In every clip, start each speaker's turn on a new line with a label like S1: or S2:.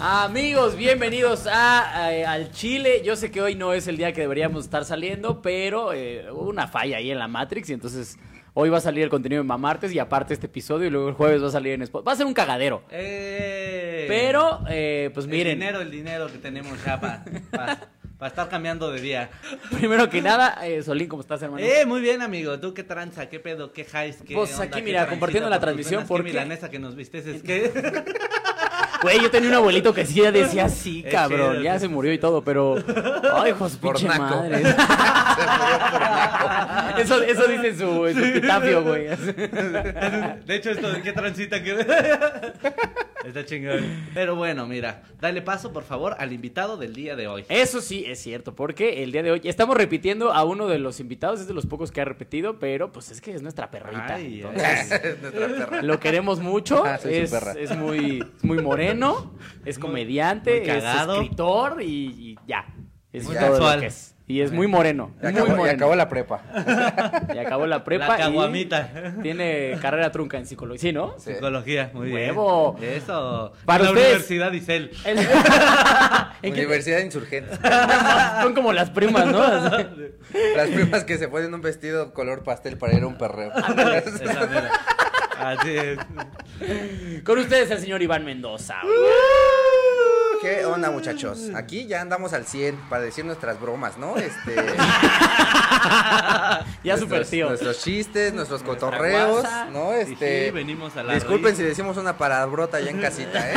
S1: Amigos, bienvenidos a, eh, al Chile. Yo sé que hoy no es el día que deberíamos estar saliendo, pero eh, hubo una falla ahí en la Matrix y entonces hoy va a salir el contenido de Mamartes y aparte este episodio y luego el jueves va a salir en Spotify. Va a ser un cagadero.
S2: ¡Eh!
S1: Pero, eh, pues
S2: El
S1: miren,
S2: dinero, el dinero que tenemos ya para estar cambiando de día.
S1: primero que nada, eh, Solín, ¿cómo estás, hermano?
S2: Eh, muy bien, amigo. ¿Tú qué tranza? ¿Qué pedo? ¿Qué highs? ¿Qué
S1: Pues
S2: onda?
S1: aquí,
S2: ¿Qué
S1: mira,
S2: transita
S1: compartiendo
S2: por
S1: la
S2: tus
S1: transmisión,
S2: venas?
S1: porque-
S2: ¿Qué milanesa que nos viste? Es que...
S1: Güey, yo tenía un abuelito que sí decía sí,
S2: Es
S1: cabrón.
S2: chido,
S1: Ya
S2: es
S1: se murió y todo, pero. Ay, hijos,
S3: Por
S1: pinche
S3: naco.
S1: madre. Eso, eso dice en su, en su epitafio, güey.
S2: De hecho, esto de qué transita que... Está chingón. Pero bueno, mira, dale paso, por favor, al invitado del día de hoy.
S1: Eso sí es cierto, porque el día de hoy estamos repitiendo a uno de los invitados, es de los pocos que ha repetido, pero pues es que es nuestra perrita.
S2: Ay, eh,
S1: entonces,
S2: ay.
S3: Nuestra perra.
S1: Lo queremos mucho,
S3: Ah, soy su
S1: es,
S3: perra.
S1: es muy, es muy moreno, es comediante,
S2: muy
S1: es
S2: cagado.
S1: escritor y, y ya. Es
S2: Muy
S1: todo lo
S2: casual.
S1: que es. Y es muy moreno.
S3: Ya
S1: muy
S3: acabó, ya
S1: moreno.
S3: acabó la prepa.
S1: Y acabó la prepa.
S2: La caguamita.
S1: Y tiene carrera trunca en psicología. Sí, ¿no?
S3: Sí.
S2: Psicología, muy
S1: Huevo.
S2: bien. Eso.
S1: Para
S2: la
S1: ustedes.
S2: Universidad Isel.
S1: El- ¿En qué-
S3: Universidad Insurgente.
S1: Son como las primas, ¿no? Así.
S3: Las primas que se ponen un vestido color pastel para ir a un perreo.
S2: Esa mera. Así es.
S1: Con ustedes el señor Iván Mendoza.
S3: ¿Qué onda, muchachos? Aquí ya andamos al 100 para decir nuestras bromas, ¿no? Este.
S1: Ya
S3: nuestros-
S1: super tío.
S3: Nuestros chistes, nuestros
S1: Nuestra
S3: cotorreos,
S1: guasa.
S3: ¿no?
S2: Sí,
S3: Este.
S2: sí, venimos a la
S3: Disculpen
S2: risa.
S3: si decimos una palabrota ya en casita, ¿eh?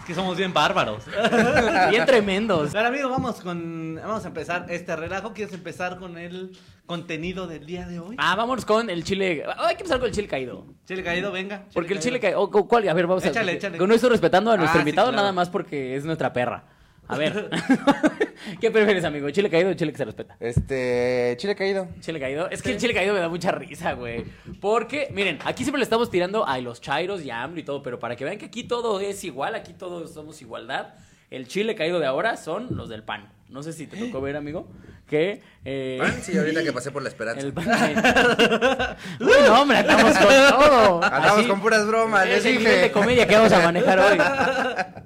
S2: Es que somos bien bárbaros.
S1: Bien tremendos.
S2: Pero amigo, vamos con vamos a empezar este relajo. ¿Quieres empezar con el contenido del día de hoy?
S1: Ah, vámonos con el chile. Ah, Hay que empezar con el chile caído.
S2: Chile caído, venga. Chile
S1: Porque el
S2: caído.
S1: chile caído. oh, ¿cu- ¿Cuál? A ver, vamos a.
S2: Échale, échale.
S1: Con esto respetando a nuestro
S3: Ah, sí,
S1: invitado,
S2: claro.
S1: nada más porque es nuestra perra. A ver. ¿Qué prefieres, amigo? ¿Chile caído o chile que se respeta?
S3: Este. Chile caído.
S1: Chile caído. Es que el chile caído me da mucha risa, güey. Porque, miren, aquí siempre le estamos tirando a los chairos y a AMLO y todo, pero para que vean que aquí todo es igual, aquí todos somos igualdad. El chile caído de ahora son los del PAN. No sé si te tocó ver, amigo, que... eh,
S3: Pan, sí, ahorita que pasé por la esperanza.
S1: El PAN... Uy, no, hombre, andamos con todo.
S3: Andamos
S1: Así-
S3: con puras bromas, les
S1: es Eh, el nivel de
S3: dije.
S1: comedia que vamos a manejar hoy.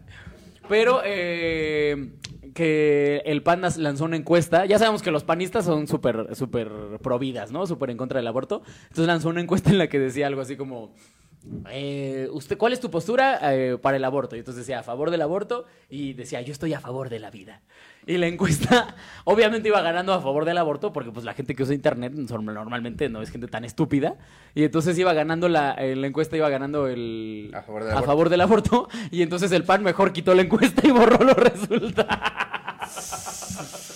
S1: Pero eh, que el PAN nas- lanzó una encuesta. Ya sabemos que los panistas son súper súper providas, ¿no? Súper en contra del aborto. Entonces lanzó una encuesta en la que decía algo así como... eh, usted, ¿Cuál es tu postura eh, para el aborto? Y entonces decía a favor del aborto y decía yo estoy a favor de la vida. Y la encuesta obviamente iba ganando a favor del aborto porque pues la gente que usa internet son- normalmente no es gente tan estúpida. Y entonces iba ganando la, eh, la encuesta, iba ganando el...
S3: A favor del aborto.
S1: favor del aborto. Y entonces el PAN mejor quitó la encuesta y borró los resultados.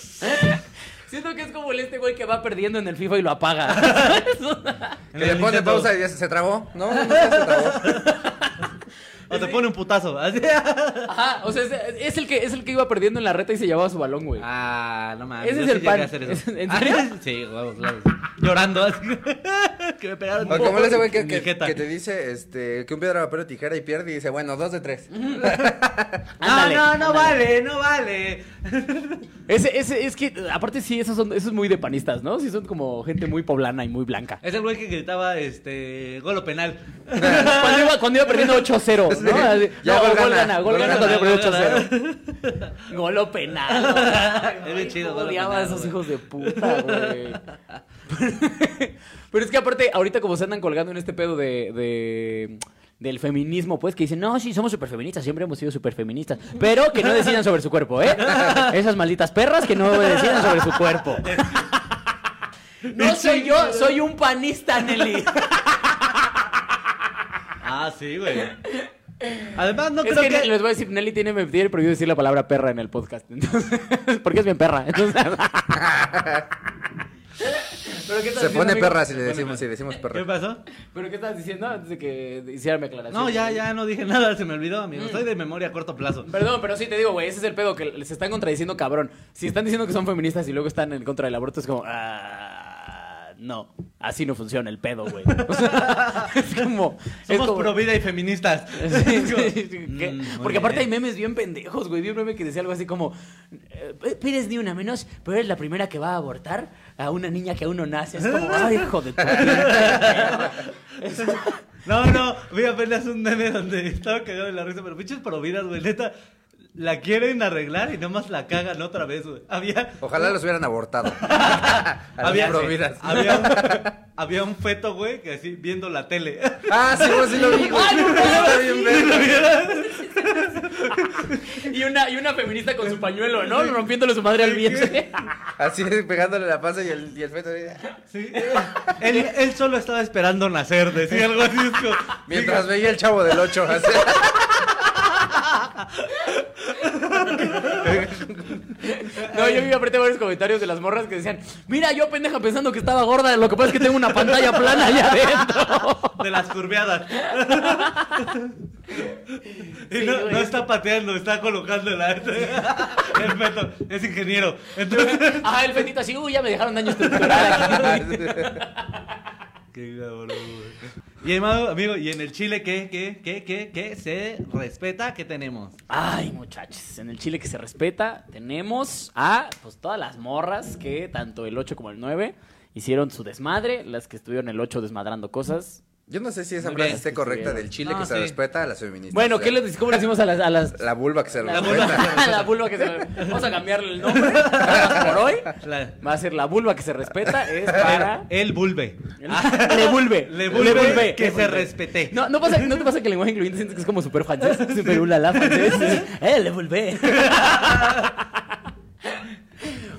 S1: Siento que es como el este güey que va perdiendo en el FIFA y lo apaga.
S2: En
S3: Que
S2: el
S3: le pone
S2: Nintendo.
S3: pausa y ya se se trabó. No, no, no, ya se trabó.
S2: O te pone un putazo. así.
S1: Ajá, o sea, es, es el que, es el que iba perdiendo en la reta y se llevaba su balón, güey.
S2: Ah, no mames.
S1: Ese
S2: yo
S1: es
S2: sí
S1: el
S2: llegué
S1: pan.
S2: a hacer eso.
S1: Es- ¿en
S2: Ah,
S1: serio?
S2: sí, huevos, huevos. Llorando así. que me pegaron.
S3: O como ese güey que,
S2: en
S3: que-
S2: mi jeta.
S3: que te dice este, que un piedra, papel o tijera y pierde y dice, bueno, dos de tres.
S2: No,
S1: Ándale,
S2: no, no
S1: ándale.
S2: vale, no vale.
S1: Ese, ese, es que, aparte sí, esos son, eso es muy de panistas, ¿no? Sí, son como gente muy poblana y muy blanca.
S2: Es el güey que gritaba, este, golo penal.
S1: Cuando iba, cuando iba perdiendo 8-0, ¿no?
S3: Sí.
S1: Así,
S3: Ya
S1: no,
S3: gol
S1: gol
S3: gana,
S1: gana, gol
S3: gol
S1: gana, cuando
S3: gana.
S1: iba perdiendo 8-0. Golo penal. ¿no?
S2: Es bien chido,
S1: cómo
S2: golo
S1: Odiaba a
S2: penal,
S1: esos
S2: güey.
S1: hijos de puta, güey. Pero es que aparte, ahorita como se andan colgando en este pedo de... de- del feminismo, pues, que dicen, no, sí, somos superfeministas, siempre hemos sido superfeministas, pero que no decidan sobre su cuerpo, ¿eh? Esas malditas perras que no decidan sobre su cuerpo. No soy yo, soy un panista, Nelly.
S2: Ah, sí, güey. Además, no
S1: es
S2: creo
S1: que,
S2: que...
S1: les voy a decir, Nelly tiene, me tiene prohibido decir la palabra perra en el podcast. Entonces, porque es bien perra. Entonces, ¿Pero qué estás
S3: Se pone
S1: amigo?
S3: perra si le decimos, si decimos
S2: ¿Qué
S3: perra.
S2: pasó?
S1: ¿Pero qué estás diciendo antes de que Mm. hiciera mi aclaración?
S2: No, ya, ya no dije nada, se me olvidó, amigo. Soy de memoria a corto plazo.
S1: Perdón, pero sí te digo, güey, ese es el pedo que se están contradiciendo cabrón. Si están diciendo que son feministas y luego están en contra del aborto, es como, ah, no, así no funciona el pedo, güey. O sea, es como... es
S2: Somos
S1: como-
S2: pro vida y feministas.
S1: Sí, sí, sí,
S2: Mm,
S1: ¿qué?
S2: muy
S1: Porque
S2: bien.
S1: aparte hay memes bien pendejos, güey. Vi un meme que decía algo así como: eh, Pides ni una menos, pero eres la primera que va a abortar a una niña que aún no nace. Es como, ay, hijo de tu.
S2: No, no, vi apenas un meme donde estaba cagado de la risa, pero pinches providas, güey, neta. La quieren arreglar y nomás la cagan otra vez, güey. Había,
S3: Ojalá los hubieran abortado. A los
S2: había,
S3: providas.
S2: había, un, había un feto, güey, que así viendo la tele.
S3: Ah, sí, pues sí lo vi. güey.
S1: Ay, no, no,
S3: Está bien verga.
S1: Y una, y una feminista con su pañuelo, ¿no? Rompiéndole su madre al vientre.
S3: Así pegándole la panza y el, y el feto. ahí.
S2: Sí. Él, él solo estaba esperando nacer, decía algo así. es como-
S3: Mientras veía el chavo del 8.
S1: No, yo vi apreté varios comentarios de las morras que decían, mira, yo pendeja pensando que estaba gorda, lo que pasa es que tengo una pantalla plana allá adentro.
S2: De las curveadas. y
S1: Sí,
S2: no,
S1: güey.
S2: no está pateando, está colocando la. El feto es ingeniero. Entonces.
S1: Ah, el fetito así, uy, ya me dejaron daño estructural aquí.
S2: Qué cabrón, güey. Y además, amigo, ¿y en el Chile qué, qué, qué, qué, qué se respeta? ¿Qué tenemos?
S1: Ay, muchachos, en el Chile que se respeta, tenemos a pues todas las morras que tanto el 8 como el 9 hicieron su desmadre, las que estuvieron el 8 desmadrando cosas.
S3: Yo no sé si esa
S2: Muy
S3: frase
S2: bien.
S3: esté correcta del chile
S2: No,
S3: que se
S2: sí.
S3: respeta a las feministas.
S1: Bueno,
S3: O sea,
S1: ¿qué les cómo le decimos a las a las
S3: La vulva que se
S1: la
S3: respeta.
S1: vulva, la vulva que se vamos a cambiarle el nombre por hoy?
S2: La-
S1: Va a ser la vulva que se respeta es
S2: el,
S1: para
S2: el vulve.
S1: Ah, le vulve.
S2: Le vulve que se respete.
S1: No, no, pasa, no te pasa que el lenguaje incluyente sientes que es como súper francés, súper ulala francés. Eh, le vulve.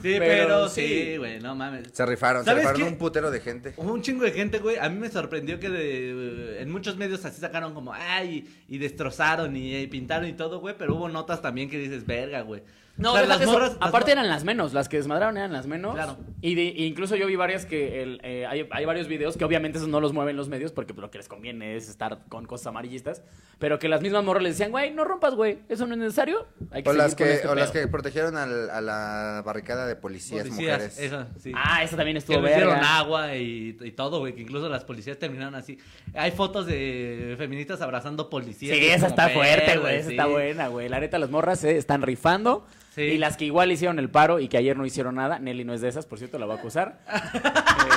S2: Sí,
S1: Pero
S2: pero,
S1: sí.
S2: sí, güey, no mames.
S3: Se rifaron, se
S2: ¿Sabes
S3: rifaron
S2: qué?
S3: un putero de gente.
S2: Hubo un chingo de gente, güey. A mí me sorprendió que de- en muchos medios así sacaron como, ay, y destrozaron y, y pintaron y todo, güey. Pero hubo notas también que dices, verga, güey.
S1: No,
S2: O sea,
S1: deja de eso.
S2: las
S1: aparte
S2: mor-
S1: eran las menos, las que desmadraron eran las menos.
S2: Claro.
S1: Y de- e incluso yo vi varias que el, eh, hay, hay varios videos que obviamente esos no los mueven los medios porque pues, lo que les conviene es estar con cosas amarillistas, pero que las mismas morras les decían, güey, no rompas, güey, eso no es necesario. Hay
S3: O
S1: seguir
S3: las
S1: con
S3: que,
S1: este
S3: o las
S1: pedo".
S3: que protegieron al- a la barricada de policías, mujeres.
S2: Policías, eso, sí.
S1: Ah, esa también
S2: Que
S1: estuvo
S2: le hicieron
S1: verga.
S2: agua y, y todo, güey. Que incluso las policías terminaron así. Hay fotos de feministas abrazando policías.
S1: Sí,
S2: y es
S1: esa
S2: como,
S1: está fuerte,
S2: "Verga,
S1: güey. Esa
S2: sí".
S1: está buena, güey. La neta, las morras eh, están rifando.
S2: Sí.
S1: Y las que igual hicieron el paro y que ayer no hicieron nada. Nelly no es de esas, por cierto, la va a acusar.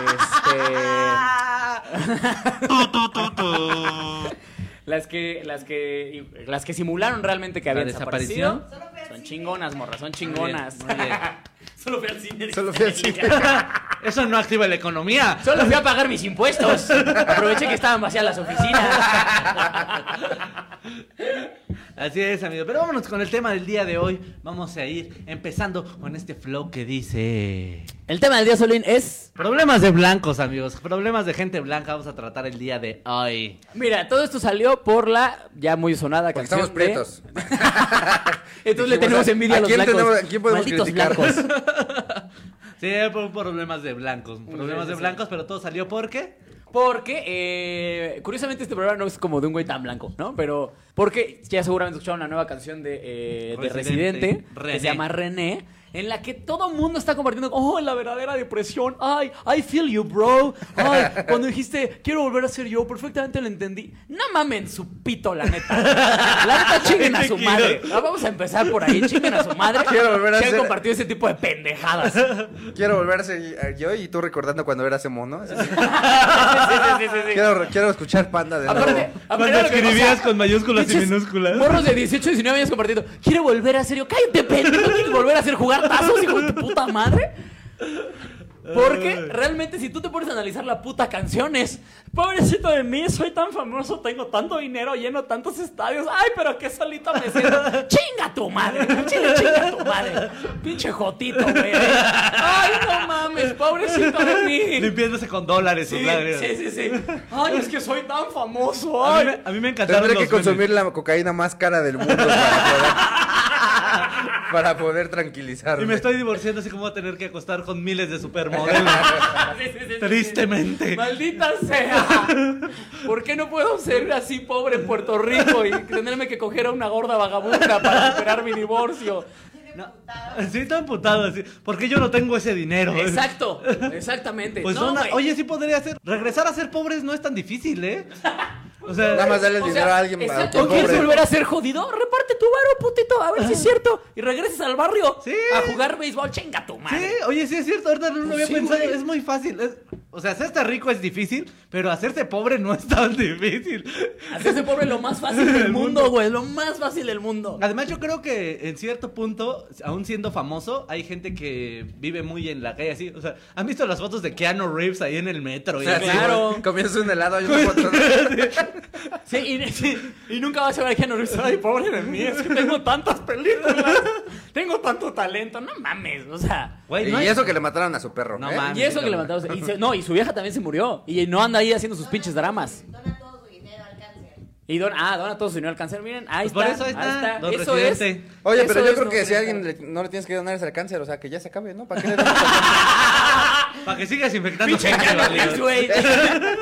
S1: este... Las que, las que, y- las que simularon realmente que
S2: ¿La
S1: habían
S2: desaparición?
S1: desaparecido. Son chingonas, morras, son chingonas.
S2: Muy bien, muy bien.
S1: Solo fui al cine.
S3: Solo fui al cine.
S2: Eso no activa la economía.
S1: Solo fui a pagar mis impuestos. Aproveché que estaban vacías las oficinas.
S2: Así es, amigo. Pero vámonos con el tema del día de hoy. Vamos a ir empezando con este flow que dice...
S1: El tema del día, Solín, es...
S2: Problemas de blancos, amigos. Problemas de gente blanca vamos a tratar el día de hoy.
S1: Mira, todo esto salió por la ya muy sonada
S3: Porque
S1: canción
S3: estamos
S1: de-
S3: prietos.
S1: Entonces le
S3: Dijimos,
S1: tenemos envidia a,
S3: ¿a
S1: los
S3: quién
S1: blancos.
S3: tenemos- a quién podemos
S1: Malditos
S3: criticar?
S1: blancos.
S2: Sí, por problemas de blancos. Problemas
S1: sí,
S2: de
S1: sí.
S2: blancos, pero todo salió porque...
S1: Porque, eh, curiosamente, este programa no es como de un güey tan blanco, ¿no? Pero, porque ya seguramente escucharon la nueva canción de, eh, de
S2: Residente,
S1: Residente, que
S2: René.
S1: se llama René, en la que todo el mundo está compartiendo, oh, la verdadera depresión, ay, I feel you, bro, ay, cuando dijiste, quiero volver a ser yo, perfectamente lo entendí. No mamen su pito, la neta. La neta, chinguen a su madre. Ah, Vamos a empezar por ahí, chinguen a su madre.
S3: Quiero volver a
S1: que han
S3: ser-
S1: compartido ese tipo de pendejadas.
S3: Quiero volverse eh, yo y tú recordando cuando eras emo, ¿no?
S1: Sí, sí, sí, sí, sí.
S3: Quiero, quiero escuchar Panda de nuevo.
S1: Aparte, aparte lo que- o sea,
S2: mayúsculas
S1: pinches Morros de 18, 19 años compartiendo. ¿Quiere volver a ser yo? ¡Cállate, pendejo! ¿Quieres volver a hacer jugar tazos, hijo de tu puta madre? Porque realmente si tú te pones a analizar la puta canción es Pobrecito de mí, soy tan famoso, tengo tanto dinero, lleno tantos estadios Ay, pero qué solito me siento ¡Chinga tu madre! ¡Chile, chinga tu madre! ¡Pinche jotito, güey! ¡Ay, no mames! ¡Pobrecito de mí!
S2: Limpiándose con dólares sus
S1: Sí,
S2: lágrimas.
S1: sí, sí, sí. Ay, es que soy tan famoso.
S2: A mí,
S1: Ay.
S2: me- a mí me encantaron
S3: Tendré que
S2: los memes.
S3: consumir la cocaína más cara del mundo para poder, para poder tranquilizarme.
S2: Y me estoy divorciando, así como voy a tener que acostar con miles de supermodelos.
S1: Sí, sí, sí, sí, sí.
S2: Tristemente.
S1: Maldita sea. ¿Por qué no puedo ser así pobre en Puerto Rico y tenerme que coger a una gorda vagabunda para superar mi divorcio?
S2: No. Sí, está amputado así. ¿Por qué yo no tengo ese dinero?
S1: Exacto, exactamente.
S2: Pues
S1: Este, No,
S2: no,
S1: güey.
S2: oye, sí podría ser. Regresar a ser pobres no es tan difícil, ¿eh? O sea,
S3: Nada más dale el
S1: O
S3: dinero
S1: sea,
S3: a alguien para
S1: exacto,
S3: que
S1: ¿Quieres
S3: cobre.
S1: volver a ser jodido? Reparte tu varo, putito, a ver si es cierto. Y regreses al barrio
S2: Sí.
S1: a jugar béisbol. Chinga tu
S2: Sí,
S1: madre.
S3: Pues
S2: oye, sí es cierto. Ahorita no lo había
S1: sí,
S2: pensado.
S1: güey.
S2: Es muy fácil. es- O sea, hacerse rico es difícil, pero hacerse pobre no es tan difícil.
S1: Hacerse pobre lo más fácil del mundo, güey. Lo más fácil del mundo.
S2: Además, yo creo que en cierto punto, aún siendo famoso, hay gente que vive muy en la calle así. O sea, ¿han visto las fotos de Keanu Reeves ahí en el metro?
S3: O
S2: Y
S3: sea,
S2: así?
S3: sí,
S1: claro.
S3: güey, comienzas un helado y una foto.
S1: Sí, y, sí, y nunca vas a ver que no ay, pobre de mí, es que tengo tantas películas, tengo tanto talento, no mames, o sea.
S2: Güey, no
S3: y
S2: hay-
S3: eso que le mataron a su perro.
S2: No
S3: ¿eh?
S2: mames.
S1: Y eso que levantaron. Y se- no, y su vieja también se murió. Y no anda ahí haciendo sus pinches dramas.
S4: Dona todo su dinero al cáncer.
S1: Y don, ah, dona todo su dinero al cáncer. Miren, ahí
S2: Pues por
S1: está.
S2: eso ahí está, don
S1: eso
S2: Residente.
S1: es.
S3: Oye, pero
S1: eso
S3: yo
S1: es
S3: creo
S1: no
S3: que si a
S1: querer
S3: alguien
S1: estar-
S3: le- no le tienes que donar ese al cáncer, o sea, que ya se acabe, ¿no? ¿Para qué le donas?
S2: Para que sigas infectando
S1: Pinche
S2: gente,
S1: Keanu
S2: vale,
S1: Reeves,
S2: güey.
S1: güey.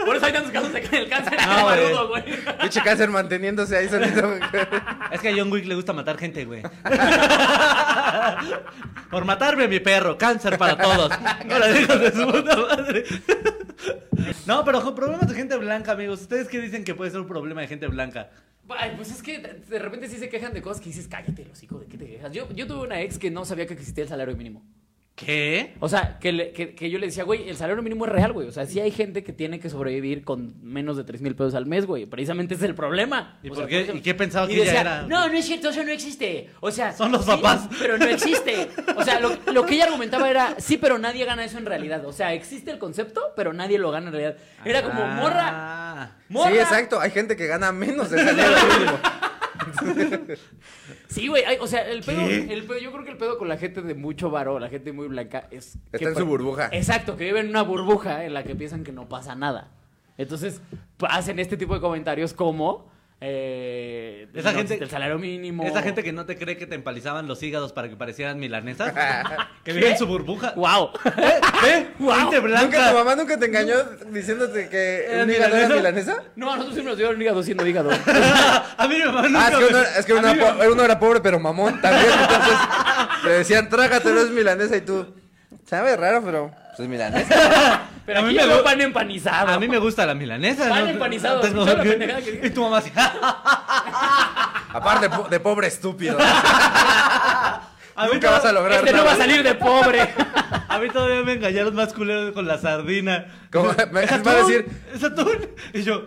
S1: Por eso hay tantos casos de que el cáncer
S2: No,
S1: es
S2: güey.
S1: maludo, güey.
S3: Pinche cáncer manteniéndose ahí solito. güey.
S2: Es que a John Wick le gusta matar gente, güey. Por matarme a mi perro, cáncer para todos. Órale, hijos de su puta madre. No, pero con problemas de gente blanca, amigos. ¿Ustedes qué dicen que puede ser un problema de gente blanca?
S1: Ay, pues es que de repente sí se quejan de cosas que dices, cállate, los hijos, ¿de qué te quejas? Yo, yo tuve una ex que no sabía que existía el salario mínimo.
S2: ¿Qué?
S1: O sea, que, le- que- que yo le decía, güey, el salario mínimo es real, güey. O sea, sí hay gente que tiene que sobrevivir con menos de 3 mil pesos al mes, güey. Precisamente ese es el problema. O
S2: ¿Y por
S1: sea,
S2: qué?
S1: eso-
S2: ¿Y qué pensaba
S1: y
S2: que ella
S1: decía,
S2: era?
S1: No, no es cierto, eso no existe. O sea,
S2: Son los
S1: sí,
S2: papás.
S1: Pero no existe. O sea, lo, lo que ella argumentaba era, sí, pero nadie gana eso en realidad. O sea, existe el concepto, pero nadie lo gana en realidad. Era como, morra,
S2: Ah.
S1: morra.
S3: Sí, exacto. Hay gente que gana menos del salario mínimo.
S1: Sí, güey, ay, o sea, el pedo,
S2: ¿Qué?
S1: el pedo, yo creo que el pedo con la gente de mucho varo, la gente muy blanca, es...
S3: Está
S1: que
S3: en
S1: pa-
S3: su burbuja.
S1: Exacto, que viven en una burbuja en la que piensan que no pasa nada. Entonces, pa- hacen este tipo de comentarios como... Eh,
S2: Esa
S1: no,
S2: gente-
S1: El salario mínimo.
S2: Esa gente que no te cree que te empalizaban los hígados para que parecieran milanesas. que
S1: ¿Qué?
S2: vive en su burbuja.
S1: ¡Wow!
S2: ¿Eh? ¿Eh?
S1: Guau.
S2: Gente
S3: ¿Nunca tu
S2: blanca.
S3: mamá nunca te engañó diciéndote que
S2: ¿Era
S3: un hígado era
S2: milanesa?
S3: milanesa?
S1: No, a nosotros siempre nos dieron hígado siendo hígado.
S2: a mí mi mamá nunca
S3: Ah, es que uno,
S2: me-
S3: es que
S2: a
S3: uno
S2: mí
S3: era,
S2: mi
S3: po- uno era pobre pero mamón también. Entonces le decían, trágatelo, es milanesa. Y tú, sabe raro, pero pues es milanesa.
S1: Pero
S2: A
S1: aquí
S2: mí me
S1: llegó
S2: gu-
S1: pan empanizado.
S2: A mí me gusta la milanesa.
S1: Pan
S2: ¿no?
S1: empanizado,
S2: Entonces,
S1: escucha
S2: no-
S1: la pendejada que dije.
S2: Y tu mamá así. "Ah,
S3: Aparte po- de pobre estúpido.
S2: A mí,
S3: Nunca vas a
S2: todavía-
S3: lograr
S1: Este no
S3: nada.
S1: va a salir de pobre.
S2: a mí todavía me engañaron más culeros con la sardina.
S3: Como-
S2: Dice,
S3: me-
S2: "¿Es
S3: va a
S2: atún?
S3: decir-
S2: ¿Es atún? Y yo,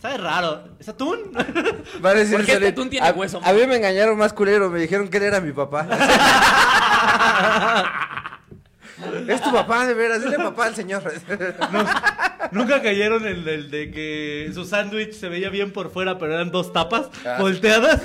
S2: sabe raro. ¿Es atún?
S3: Va a decir
S1: Porque este
S3: Solín,
S1: atún tiene
S3: a,
S1: hueso".
S3: A mí me engañaron más culero, me dijeron que él era mi papá. es tu papá, de veras, dile papá al señor.
S2: Nunca cayeron en el de que su sándwich se veía bien por fuera, pero eran dos tapas
S3: Ah,
S2: volteadas.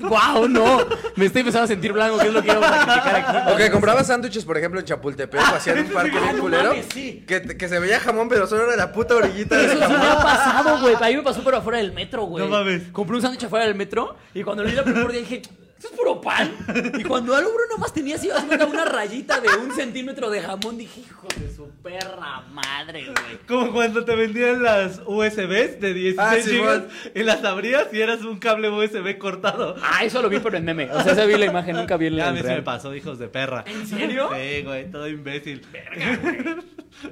S1: ¡Wow! No. Me estoy empezando a sentir blanco, que es lo que íbamos a criticar aquí.
S3: o que compraba sándwiches, por ejemplo, en Chapultepec, o hacían un parque bien
S1: Ah, no
S3: culero.
S1: mames, sí.
S3: que, te- que se veía jamón, pero solo era la puta orillita
S1: Eso
S3: de
S1: sí me
S3: jamón.
S1: ha pasado, güey. A mí me pasó, pero afuera del metro, güey.
S2: No mames.
S1: Compré un sándwich afuera del metro y cuando lo vi la primera día dije, ¿esto es puro pan? Y cuando al uno nomás tenía así, haz cuenta, una rayita de un centímetro de jamón, dije, hijo de su perra madre, güey.
S2: Como cuando te vendían las USBs de 16
S3: Ah,
S2: gigas
S3: Simón.
S2: y las abrías y eras un cable USB cortado.
S1: Ah, eso lo vi, pero en meme. O sea, se vi la imagen, nunca vi el
S2: Ya a
S1: el
S2: mí se
S1: real.
S2: me pasó, hijos de perra.
S1: ¿En serio?
S2: Sí, güey, todo imbécil.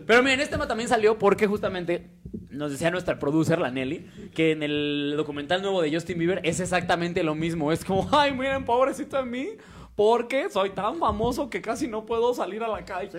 S1: Pero miren, este tema también salió porque justamente nos decía nuestra producer, la Nelly, que en el documental nuevo de Justin Bieber es exactamente lo mismo. Es como, ay, miren, pobrecito de mí, porque soy tan famoso que casi no puedo salir a la calle.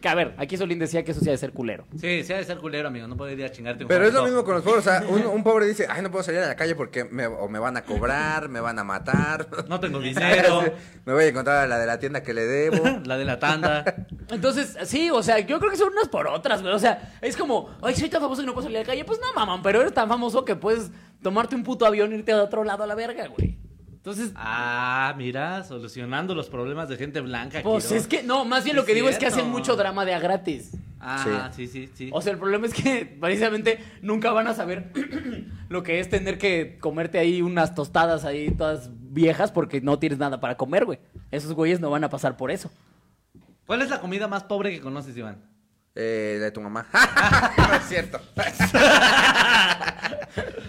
S1: Que a ver, aquí Solín decía que eso sí ha de ser culero.
S2: Sí, sí ha de ser culero, amigo, no puedo ir a chingarte un
S3: Pero es lo
S2: hot dog.
S3: mismo con los pobres, o sea, un, un pobre dice, ay, no puedo salir a la calle porque me, o me van a cobrar, me van a matar.
S2: No tengo dinero,
S3: me voy a encontrar a la de la tienda que le debo.
S2: la de la tanda.
S1: Entonces, sí, o sea, yo creo que son unas por otras, güey. O sea, es como, ay, soy tan famoso que no puedo salir a la calle. Pues no, mamón, pero eres tan famoso que puedes tomarte un puto avión e irte a otro lado a la verga, güey. Entonces,
S2: Ah, mira, solucionando los problemas de gente blanca.
S1: Pues
S2: Quiroz.
S1: es que, no, más bien
S2: Sí,
S1: lo que digo es que
S2: cierto.
S1: hacen mucho drama de a gratis.
S2: Ah, sí, sí, sí.
S1: O sea, el problema es que precisamente nunca van a saber lo que es tener que comerte ahí unas tostadas ahí todas viejas porque no tienes nada para comer, güey. Esos güeyes no van a pasar por eso.
S2: ¿Cuál es la comida más pobre que conoces, Iván?
S3: Eh, la de tu mamá. no es cierto.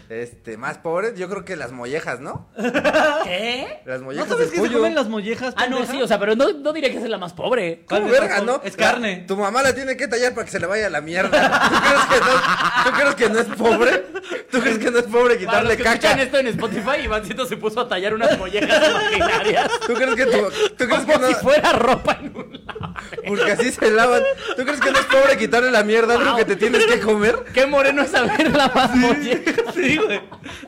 S3: este, más pobres, yo creo que las mollejas, ¿no?
S1: ¿Qué?
S3: Las
S2: ¿No
S3: mollejas
S2: sabes
S3: de
S2: que se
S3: pollo.
S2: comen las mollejas?
S1: Ah, no,
S2: pendeja?
S1: sí, o sea, pero no, no diría que es la más pobre.
S3: ¿Cómo
S2: ¿Cuál es
S3: verga,
S2: la-
S3: no?
S2: es carne.
S3: La- tu mamá la tiene que tallar para que se le vaya a la mierda. ¿Tú crees que no, tú crees que no es pobre? ¿Tú crees que no es
S1: Para
S3: pobre
S1: los
S3: quitarle
S1: que escuchan
S3: caca?
S1: esto en Spotify, Ivancito se puso a tallar unas mollejas imaginarias.
S3: ¿Tú crees que tu, tú crees que
S1: Como
S3: no,
S1: si fuera ropa en un
S3: Porque así se lavan. ¿Tú crees que no es pobre quitarle la mierda a algo que te tienes que comer?
S1: Qué moreno es haber lavado mollejas.
S2: Sí, güey.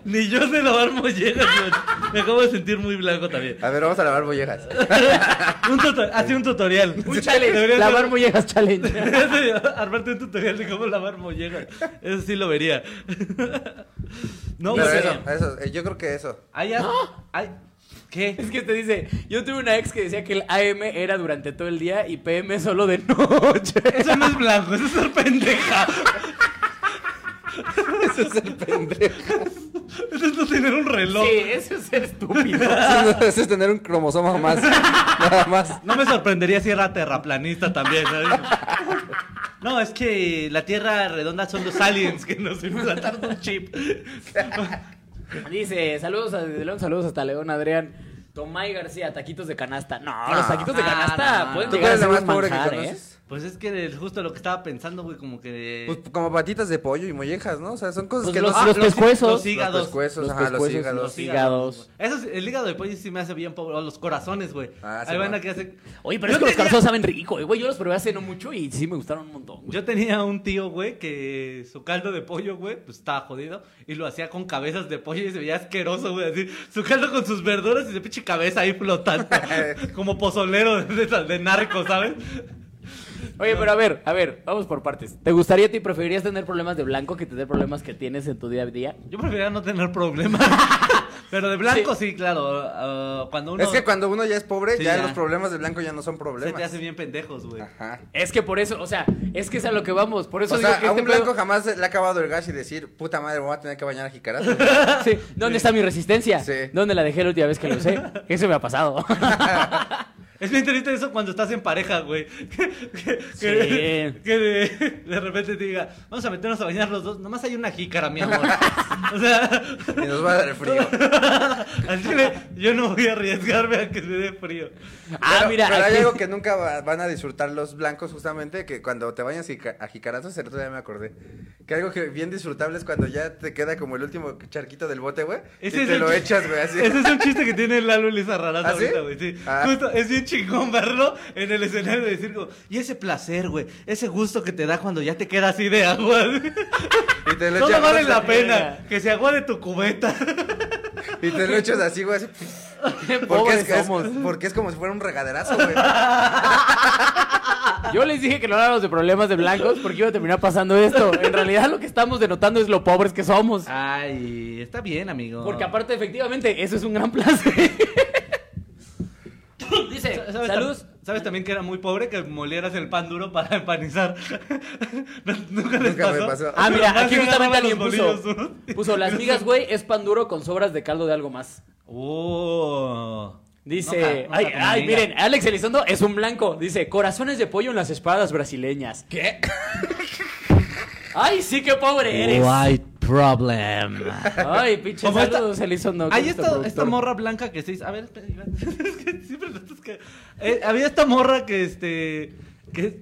S2: Ni yo sé lavar mollejas, güey. Me acabo de sentir muy blanco también.
S3: A ver, vamos a lavar mollejas.
S2: Un tuto- Hace un tutorial.
S1: Un challenge.
S2: Deberías
S1: Lavar
S2: hacer-
S1: mollejas challenge.
S2: Deberías de armarte un tutorial de cómo lavar mollejas. Eso sí lo vería. No,
S3: Pero
S2: güey.
S3: eso, eso, eh, yo creo que eso.
S2: Hay, as- hay- ¿Qué?
S1: Es que te dice, yo tuve una ex que decía que el AM era durante todo el día y PM solo de noche.
S2: Eso no es blanco, eso es ser pendeja.
S3: Eso es el pendejo.
S2: Eso es no tener un reloj.
S1: Sí, eso es ser estúpido.
S3: Eso es- eso es tener un cromosoma más. Nada más.
S2: No me sorprendería si era terraplanista también. ¿sabes? No, es que la Tierra redonda son los aliens que nos implantaron un chip.
S1: Dice, saludos a desde León, saludos hasta León, Adrián. Tomay García, taquitos de canasta. No, los taquitos de
S2: no,
S1: canasta
S2: no, no.
S1: pueden
S3: ¿Tú
S1: llegar a
S3: eres
S1: ser
S3: la más
S1: un
S3: pobre que
S1: manjar, ¿eh?
S3: conoces?
S2: Pues es que es justo lo que estaba pensando, güey, como que...
S3: Pues como patitas de pollo y mollejas, ¿no? O sea, son cosas
S1: Pues
S3: que
S1: los,
S3: no se-
S1: los
S2: los-
S1: pescuezos.
S2: los hígados.
S3: Los pescuezos,
S1: Los
S3: ajá, los
S1: pescuezos,
S3: hígados.
S1: los hígados.
S2: Eso es- el hígado de pollo sí me hace bien pobre. o Los corazones, güey.
S3: Ah, sí,
S2: Hay banda
S3: ¿no?
S2: que hace...
S1: Oye, pero es que
S2: Yo
S1: los
S2: tenía-
S1: carzones saben rico, eh, güey. Yo los probé hace no mucho y sí me gustaron un montón, güey.
S2: Yo tenía un tío, güey, que su caldo de pollo, güey, pues estaba jodido. Y lo hacía con cabezas de pollo y se veía asqueroso, güey. Así, su caldo con sus verduras y su pinche cabeza ahí flotando. como pozolero de, de narco, ¿sabes?
S1: Oye, pero a ver, a ver, vamos por partes. ¿Te gustaría y preferirías tener problemas de blanco que tener problemas que tienes en tu día a día?
S2: Yo prefería no tener problemas. Pero de blanco sí, claro. ah, cuando uno
S3: Es que cuando uno ya es pobre,
S2: Sí,
S3: ya,
S2: ya.
S3: los problemas de blanco ya no son
S2: se te
S3: problemas. Ah.
S2: hace bien pendejos, güey.
S3: Ajá.
S1: Es que por eso, o sea, es que es a lo que vamos. Por eso
S3: O
S1: digo
S3: sea,
S1: que
S3: a
S1: este
S3: un blanco
S1: pedo-
S3: jamás le ha acabado el gas y decir, puta madre, voy a tener que bañar a jicaras.
S1: Sí, ¿Dónde está mi resistencia?
S3: Sí.
S1: ¿Dónde la dejé la última vez que lo usé? Eso me ha pasado.
S2: Es bien triste eso cuando estás en pareja, güey. Que, que-
S1: Sí.
S2: que de, de repente te diga, vamos a meternos a bañar los dos. Nomás hay una jícara, mi amor. O sea,
S3: y nos va a dar frío.
S2: al chile yo no voy a arriesgarme a que me dé frío.
S1: ah,
S3: pero,
S1: mira,
S3: pero hay
S1: aquí-
S3: algo que nunca va- van a disfrutar los blancos, justamente, que cuando te bañas jica- a jicarazos, el otro día me acordé. Que algo que bien disfrutable es cuando ya te queda como el último charquito del bote, güey. Y
S2: Ese es
S3: te
S2: el
S3: lo
S2: chi-
S3: echas, güey, así.
S2: Ese es un chiste que tiene Lalo y Lisa Raraza
S3: ¿Ah, sí?
S2: ahorita, güey. Sí.
S3: Ah.
S2: Justo, es bien chingón verlo en el escenario de circo. Y ese placer, güey. Ese gusto que te da cuando ya te queda así de agua.
S3: Y te lo
S2: No
S3: echas-
S2: vale la pena que se aguade tu cubeta.
S3: Y te lo echas así, güey, así. Porque
S1: Pobres
S3: es, es-
S1: somos.
S3: porque es como si fuera un regaderazo, güey.
S1: Yo les dije que no habláramos de problemas de blancos porque iba a terminar pasando esto. En realidad lo que estamos denotando es lo pobres que somos.
S3: Ah,
S2: Ay, está bien, amigo.
S1: Porque aparte, efectivamente, eso es un gran placer. Dice,
S2: Sa-
S1: saludos.
S2: tam- ¿Sabes también que era muy pobre que molieras el pan duro para empanizar? No- Nunca les
S3: Nunca me
S2: pasó.
S3: pasó.
S1: Ah, mira,
S2: Nomás
S1: aquí
S2: se agarraban
S1: justamente alguien
S2: los
S1: puso.
S2: bolillos, ¿no?
S1: Puso las migas, güey, es pan duro con sobras de caldo de algo más.
S2: Oh.
S1: Dice,
S2: Nunca- nunca
S1: ay,
S2: comí
S1: ay,
S2: miga.
S1: miren, Alex Elizondo es un blanco. Dice, corazones de pollo en las espadas brasileñas. ¿Qué? Ay, sí, qué pobre eres.
S2: White problem.
S1: Ay, pinche
S2: Como esta-
S1: saludos, Elizondo.
S2: Hay
S1: qué
S2: esta, esta
S1: productor.
S2: morra blanca que se hizo. A ver, espera, Iván. Es que siempre notas que- Eh, había esta morra que este. Que...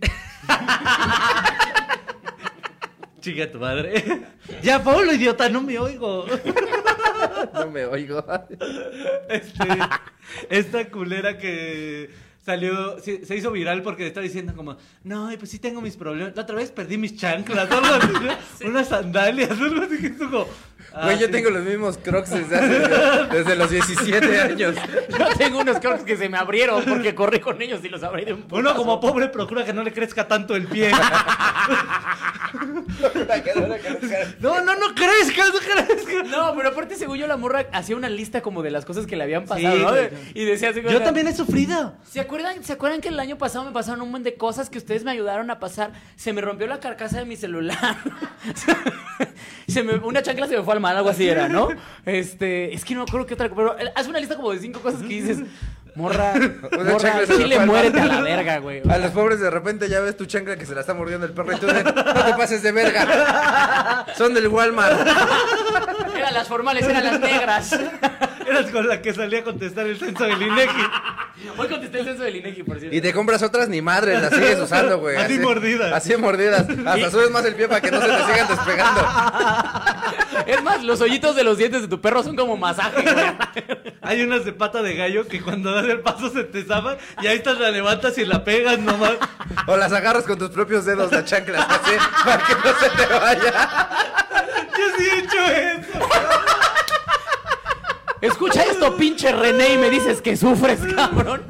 S2: Chica tu madre. ya, Pablo, idiota, no me oigo.
S3: No me oigo.
S2: Este, esta culera que salió, se, se hizo viral porque está diciendo como, no, y pues sí tengo mis problemas. La otra vez perdí mis chanclas, algo así, ¿no? unas sandalias, algo así que es como... ah,
S3: Güey, yo
S2: sí.
S3: tengo los mismos crocs desde, hace- desde los 17 años.
S1: Yo tengo unos crocs que se me abrieron porque corrí con ellos y los abrí de un putazo.
S2: Uno como pobre procura que no le crezca tanto el pie. No, no, no crezca, no crezca.
S1: No, pero aparte según yo la morra hacía una lista como de las cosas que le habían pasado,
S2: Sí,
S1: ¿no?
S2: güey.
S1: Y decía así como,
S2: Yo también he sufrido.
S1: ¿Se acuerdan, ¿Se acuerdan que el año pasado me pasaron un montón de cosas que ustedes me ayudaron a pasar? Se me rompió la carcasa de mi celular. se me, una chancla se me fue al mar, algo así era, ¿no? Este, es que no me acuerdo qué otra cosa. Pero eh, haz una lista como de cinco cosas que dices, morra,
S3: Una
S1: morra,
S3: chancla
S1: al
S3: se me fue
S1: chile
S3: al mar.
S1: muérete a la verga, güey.
S3: A los pobres de repente ya ves tu chancla que se la está mordiendo el perro y tú de, no te pases de verga. Son del Walmart.
S1: Eran las formales, eran las negras.
S2: Eras con la que salía a contestar el censo del INEGI.
S1: Hoy contesté el censo del INEGI, por cierto.
S3: Y te compras otras ni madre, las sigues usando, güey.
S2: Así mordidas.
S3: Así mordidas. Hasta subes más el pie para que no se te sigan despegando.
S1: Es más, los hoyitos de los dientes de tu perro son como masaje, güey.
S2: Hay unas de pata de gallo que cuando das el paso se te zapan y ahí estás la levantas y la pegas nomás.
S3: O las agarras con tus propios dedos, las chanclas, así, para que no se te vaya.
S2: Yo sí he hecho eso.
S1: Escucha esto, pinche René, y me dices que sufres, cabrón.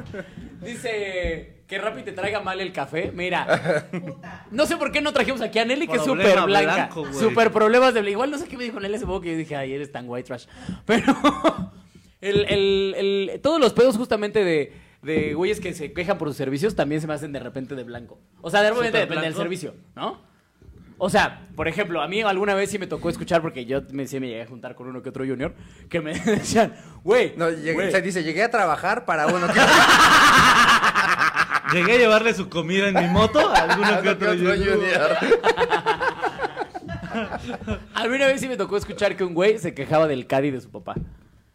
S1: Dice que Rappi te traiga mal el café. Mira, no sé por qué no trajimos aquí a Nelly, que es
S2: Problema
S1: súper blanca.
S2: blanco, güey.
S1: Súper problemas de Igual no sé qué me dijo Nelly hace poco que yo dije, ay, eres tan white trash. Pero el- el- el- todos los pedos justamente de, de güeyes que se quejan por sus servicios también se me hacen de repente de blanco. O sea, de repente
S2: ¿Súper
S1: depende del
S2: blanco?
S1: servicio, ¿no? O sea, por ejemplo, a mí alguna vez sí me tocó escuchar, porque yo me, sí me llegué a juntar con uno que otro junior, que me decían, güey,
S3: No, llegué-
S1: güey,
S3: se dice, llegué a trabajar para uno que
S2: Llegué a llevarle su comida en mi moto a alguno que
S3: uno que
S2: otro
S3: otro junior.
S1: alguna vez sí me tocó escuchar que un güey se quejaba del caddy de su papá.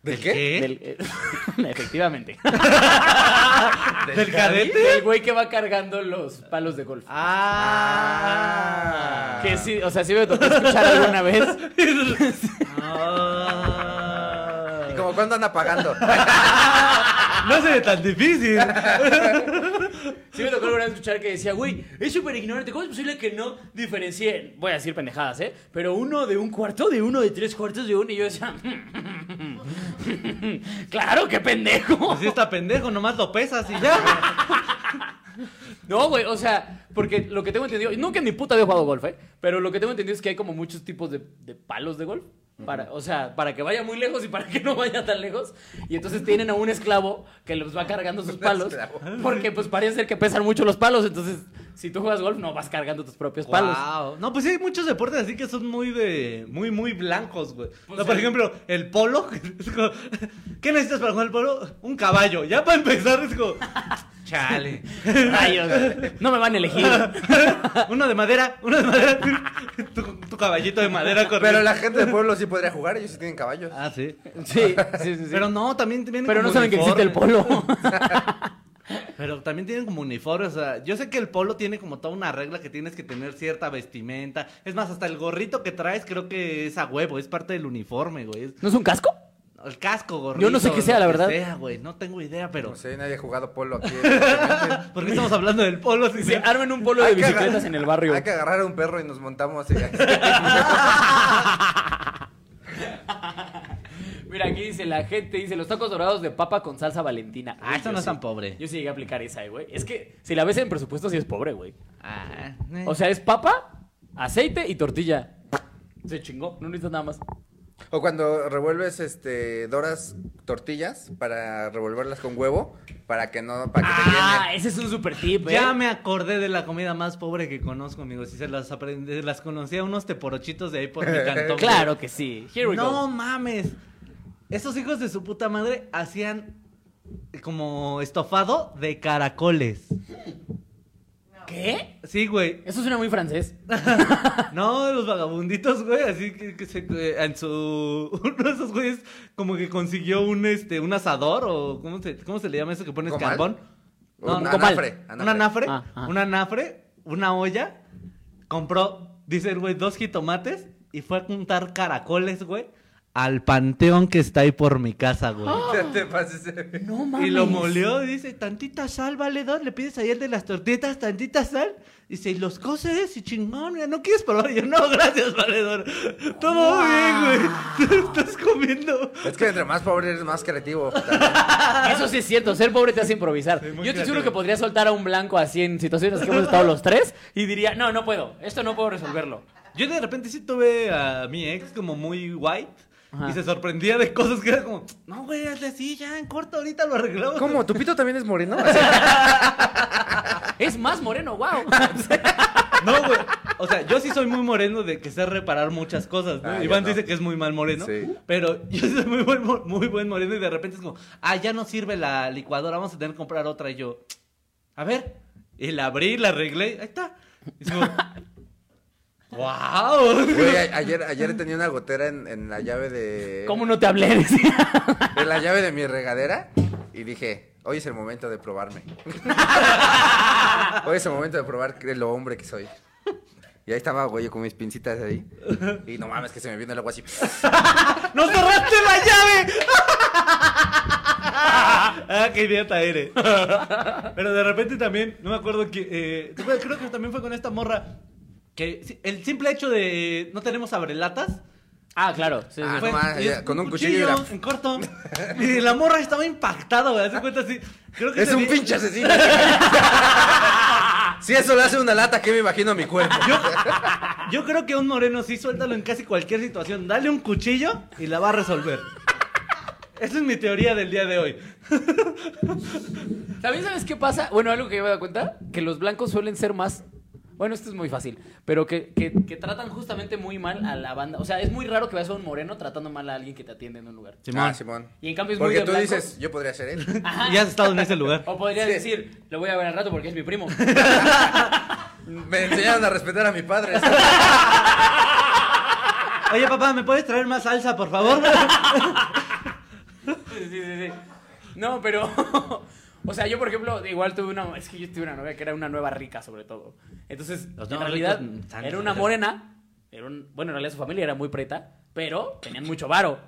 S3: ¿De
S2: qué?
S3: qué?
S2: ¿Eh?
S1: Del- eh, efectivamente.
S2: ¿Del cadete?
S1: El güey que va cargando los palos de golf.
S3: Ah.
S1: Que sí, o sea, sí me tocó escuchar alguna vez.
S2: Ah.
S3: ¿Y
S1: Ah.
S3: como cuándo anda pagando?
S2: No se ve tan difícil.
S1: Sí me tocó alguna vez escuchar que decía, güey, es súper ignorante. ¿Cómo es posible que no diferencien? Voy a decir pendejadas, ¿eh? Pero uno de un cuarto, de uno de tres cuartos, de uno. Y yo decía, claro, qué pendejo.
S2: Así Pues está pendejo, nomás lo pesas y ya.
S1: No, güey, o sea, porque lo que tengo entendido, y nunca en mi puta había jugado golf, ¿eh? Pero lo que tengo entendido es que hay como muchos tipos de, de palos de golf. Para, o sea, para que vaya muy lejos y para que no vaya tan lejos. Y entonces tienen a un esclavo que los va cargando sus palos.
S3: esclavo.
S1: Porque pues parece ser que pesan mucho los palos. Entonces, si tú juegas golf, no vas cargando tus propios palos.
S2: Guau. No, pues sí, hay muchos deportes así que son muy de. muy, muy blancos, güey.
S1: Pues
S2: No, por
S1: sí.
S2: ejemplo, el polo. que es como, ¿Qué necesitas para jugar al polo? Un caballo. Ya para empezar es como. Chale.
S1: Rayos, no me van a elegir.
S2: uno de madera, uno de madera. tu, tu caballito de madera corriendo.
S3: Pero la gente del pueblo sí podría jugar, ellos sí tienen caballos.
S2: Ah, sí.
S1: Sí, sí, sí. sí.
S2: Pero no, también vienen
S1: Pero
S2: como
S1: no saben que existe el
S2: uniformes.
S1: polo.
S2: Pero también tienen como uniformes, o sea, yo sé que el polo tiene como toda una regla que tienes que tener cierta vestimenta. Es más, hasta el gorrito que traes creo que es a huevo, es parte del uniforme, güey. Es-
S1: ¿No es un casco?
S2: El casco, gorrito.
S1: Yo no sé qué sea,
S2: lo
S1: la
S2: que
S1: verdad.
S2: sea, güey, no tengo idea, pero...
S3: No sé, nadie ha jugado polo aquí. evidentemente.
S2: ¿Por qué estamos hablando del polo? Si
S1: Se
S2: se-
S1: armen un polo de
S3: Hay que
S1: bicicletas
S3: agarrar-
S1: en el barrio.
S3: Hay que agarrar a un perro y nos montamos así.
S1: Mira, aquí dice la gente, dice los tacos dorados de papa con salsa valentina.
S2: Ah,
S1: Uy,
S2: esto
S1: yo
S2: no es
S1: sí.
S2: tan pobre.
S1: Yo sí llegué a aplicar esa, eh, güey. Es que si la ves en presupuesto, sí es pobre, güey.
S2: Ah, eh.
S1: O sea, es papa, aceite y tortilla. Se chingó, no necesitas nada más.
S3: o cuando revuelves, este, doras tortillas para revolverlas con huevo, para que no, para que te
S1: Ah,
S3: llene.
S1: ese es un super tip, eh.
S2: Ya me acordé de la comida más pobre que conozco, amigos. Si se las aprendí, las conocía unos teporochitos de ahí por mi cantón. güey.
S1: Claro que sí. Here we
S2: no
S1: go.
S2: mames. Esos hijos de su puta madre hacían como estofado de caracoles.
S1: ¿Qué?
S2: Sí, güey.
S1: Eso suena muy francés.
S2: No, los vagabunditos, güey, así que, que se, que en su uno de esos güeyes como que consiguió un este un asador o cómo se cómo se le llama eso que pones
S3: ¿Comal?
S2: carbón? No,
S3: Un
S2: no,
S1: comal.
S3: anafre,
S2: un anafre,
S1: Ah, ajá.
S2: un anafre, una olla. Compró, dice el güey, dos jitomates y fue a juntar caracoles, güey, al panteón que está ahí por mi casa, güey.
S1: ¡Ah!
S3: Te- te pases.
S1: No mames.
S2: Y lo molió, y dice, tantita sal, valedor, le pides ayer de las tortitas, tantita sal. Dice, y los coces, y chingón, mira, ¿no quieres probar? Y yo, no, gracias, valedor. Todo bien, güey. Tú estás comiendo.
S3: Es que entre más pobre eres más creativo.
S1: Eso sí es cierto, ser pobre te hace improvisar.
S2: Ah. Sí,
S1: Yo
S2: muy
S1: te
S2: creativo.
S1: juro que podría soltar a un blanco así en situaciones que hemos estado los tres y diría, no, no puedo, esto no puedo resolverlo.
S2: Yo de repente sí tuve a mi ex como muy white.
S1: Ajá.
S2: Y se sorprendía de cosas que era como, no, güey, hazle así, ya, en corto, ahorita lo arreglamos.
S3: ¿Cómo? ¿Tu pito también es moreno?
S1: Es más moreno, wow.
S2: No, güey. O sea, yo sí soy muy moreno de que sé reparar muchas cosas, ¿no?
S3: Ah, yo
S2: Iván
S3: no.
S2: dice que es muy mal moreno,
S3: Sí.
S2: pero yo soy muy buen, mo- muy buen moreno y de repente es como, ah, ya no sirve la licuadora, vamos a tener que comprar otra. Y yo, a ver, y la abrí, la arreglé, ahí está. Y es como, wow.
S3: Güey, a- ayer, ayer tenía una gotera en, en la llave de.
S1: ¿Cómo no te hablé? Decía.
S3: En la llave de mi regadera. Y dije, hoy es el momento de probarme. hoy es el momento de probar que- lo hombre que soy. Y ahí estaba, güey, yo con mis pincitas ahí. Y no mames, que se me vino el agua así.
S2: ¡No cerraste la llave! ah, qué idiota eres. Pero de repente también, no me acuerdo que. eh, ¿te acuerdas? creo que también fue con esta morra. Que si- el simple hecho de eh, no tenemos abrelatas.
S1: Ah, claro. sí, sí.
S3: Ah,
S2: fue-
S3: no mames,
S2: y es
S3: ya, con un cuchillo y la-
S2: En corto. Y la morra estaba impactada, güey. Hace cuenta así. Creo que
S3: es
S2: se
S3: un
S2: vi-
S3: pinche asesino. si eso le hace una lata, ¿qué me imagino a mi cuerpo? Ah,
S2: Yo, yo creo que un moreno sí suéltalo en casi cualquier situación. Dale un cuchillo y la va a resolver. Esa es mi teoría del día de hoy.
S1: ¿También sabes qué pasa? Bueno, algo que yo me he dado cuenta, que los blancos suelen ser más... Bueno, esto es muy fácil, pero que, que- que tratan justamente muy mal a la banda. O sea, es muy raro que veas a un moreno tratando mal a alguien que te atiende en un lugar.
S3: Ah, Simón.
S1: Y en cambio es muy
S3: Porque
S1: de
S3: tú
S1: blanco.
S3: dices, yo podría ser él.
S1: Ajá.
S2: Y has estado en ese lugar.
S1: O podrías
S3: Sí.
S1: decir, lo voy a ver al rato porque es mi primo.
S3: Me enseñaron a respetar a mi padre.
S2: Oye, papá, ¿me puedes traer más salsa, por favor?
S1: Sí, sí, sí. No, pero. O sea, yo, por ejemplo, igual tuve una. Es que yo tuve una novia que era una nueva rica, sobre todo. Entonces,
S2: Los
S1: en
S2: nuevos
S1: realidad,
S2: ricos, santos,
S1: era una
S2: ¿verdad?
S1: morena. Era un- bueno, en realidad su familia era muy preta, pero tenían mucho varo.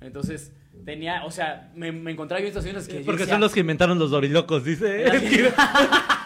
S1: Entonces, tenía. O sea, me, me encontraba yo en situaciones que. yo
S2: Porque
S1: decía,
S2: son los que inventaron los dorilocos, dice. Pues
S1: Era así.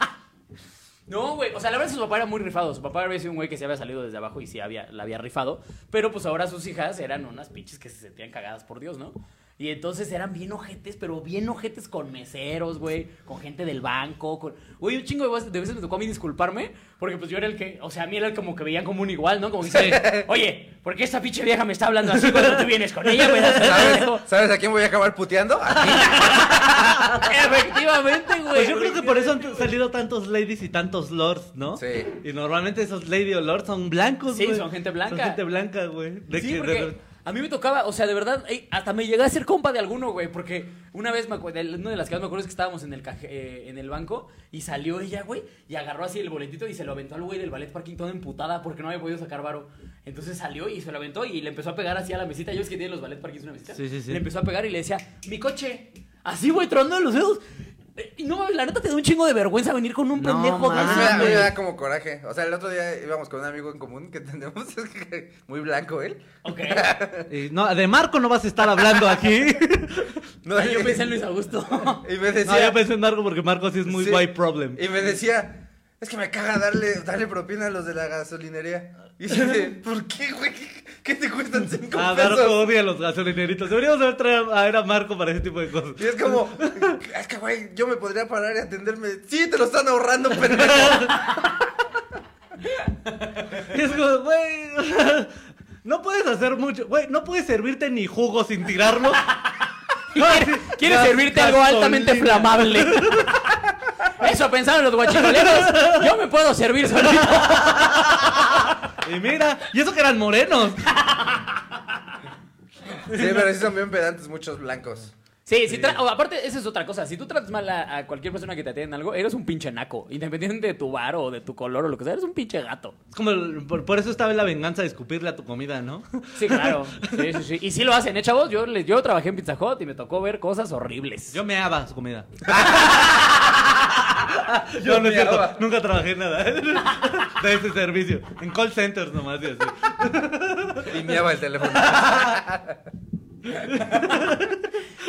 S1: No, güey, o sea, la verdad su papá era muy rifado. Su papá había sido un güey que se había salido desde abajo y sí había, la había rifado. Pero pues ahora sus hijas eran unas pinches que se sentían cagadas por Dios, ¿no? Y entonces eran bien ojetes, pero bien ojetes con meseros, güey, con gente del banco, con... Güey, un chingo de veces, de veces me tocó a mí disculparme, porque pues yo era el que, o sea, a mí era el como que veían como un igual, ¿no? Como dice, oye, ¿por qué esta pinche vieja me está hablando así cuando tú vienes con ella, pedazo de
S3: ¿Sabes,
S1: pendejo?"
S3: ¿Sabes a quién voy a acabar puteando? A ti.
S1: Efectivamente, güey.
S2: Pues yo creo que por eso han salido tantos ladies y tantos lords, ¿no?
S3: Sí.
S2: Y normalmente esos lady o lords son blancos,
S1: Sí,
S2: güey.
S1: son gente blanca.
S2: Son gente blanca, güey. De
S1: sí,
S2: que de
S1: porque
S2: re-
S1: a mí me tocaba, o sea, de verdad, ey, hasta me llegué a ser compa de alguno, güey, porque una vez, me acu- de- una de las que más me acuerdo es que estábamos en el, caje- eh, en el banco y salió ella, güey, y agarró así el boletito y se lo aventó al güey del ballet parking toda emputada porque no había podido sacar varo. Entonces salió y se lo aventó y le empezó a pegar así a la mesita. Yo es que tienen los ballet parkings una mesita.
S2: Sí, sí, sí.
S1: Le empezó a pegar y le decía, mi coche. Así, güey, tronando los dedos. Eh, Y no, mames, la neta te da un chingo de vergüenza venir con un
S2: No,
S1: pendejo de
S3: A mí,
S1: esos,
S3: me da, Ah, a mí me
S1: güey.
S3: da como coraje. O sea, el otro día íbamos con un amigo en común que tenemos, que- muy blanco él.
S1: Ok.
S2: Y no, de Marco no vas a estar hablando aquí. Ah,
S3: No,
S1: Ay, yo
S3: y-
S1: pensé en Luis Augusto.
S3: Y me
S2: No,
S3: decía...
S2: Ah, yo pensé en Marco porque Marco sí es muy
S3: sí.
S2: white problem.
S3: Y me decía, es que me caga darle, darle propina a los de la gasolinería. Y yo de, ¿por qué, güey? ¿Qué- ¿Qué te cuestan cinco
S2: Ah, Marco
S3: pesos?
S2: odia a los gasolineritos. Deberíamos haber traído a, ver a Marco para ese tipo de cosas.
S3: Y es como, es que, güey, yo me podría parar y atenderme. Sí, te lo están ahorrando, pendejo.
S2: Y es como, güey. No puedes hacer mucho. Güey, no puedes servirte ni jugo sin tirarlo.
S1: Quiere, quiere servirte algo altamente flamable. Eso pensaron los guachicoleros. Yo me puedo servir solito.
S2: Y mira, y eso que eran morenos.
S3: Sí, pero sí son bien pedantes muchos blancos.
S1: Sí, sí tra- o aparte, esa es otra cosa. Si tú tratas mal a, a cualquier persona que te atiende en algo, eres un pinche naco. Independiente de tu bar o de tu color o lo que sea, eres un pinche gato.
S2: Es como, el- por, por eso estaba en la venganza de escupirle a tu comida, ¿no?
S1: Sí, claro. Sí, sí, sí. Y sí lo hacen, ¿eh, chavos? Yo, le- yo trabajé en Pizza Hut y me tocó ver cosas horribles.
S2: Yo meaba su comida. Yo no es
S3: meaba.
S2: cierto, nunca trabajé en nada de ese servicio. En call centers nomás y así.
S3: Y miaba el teléfono.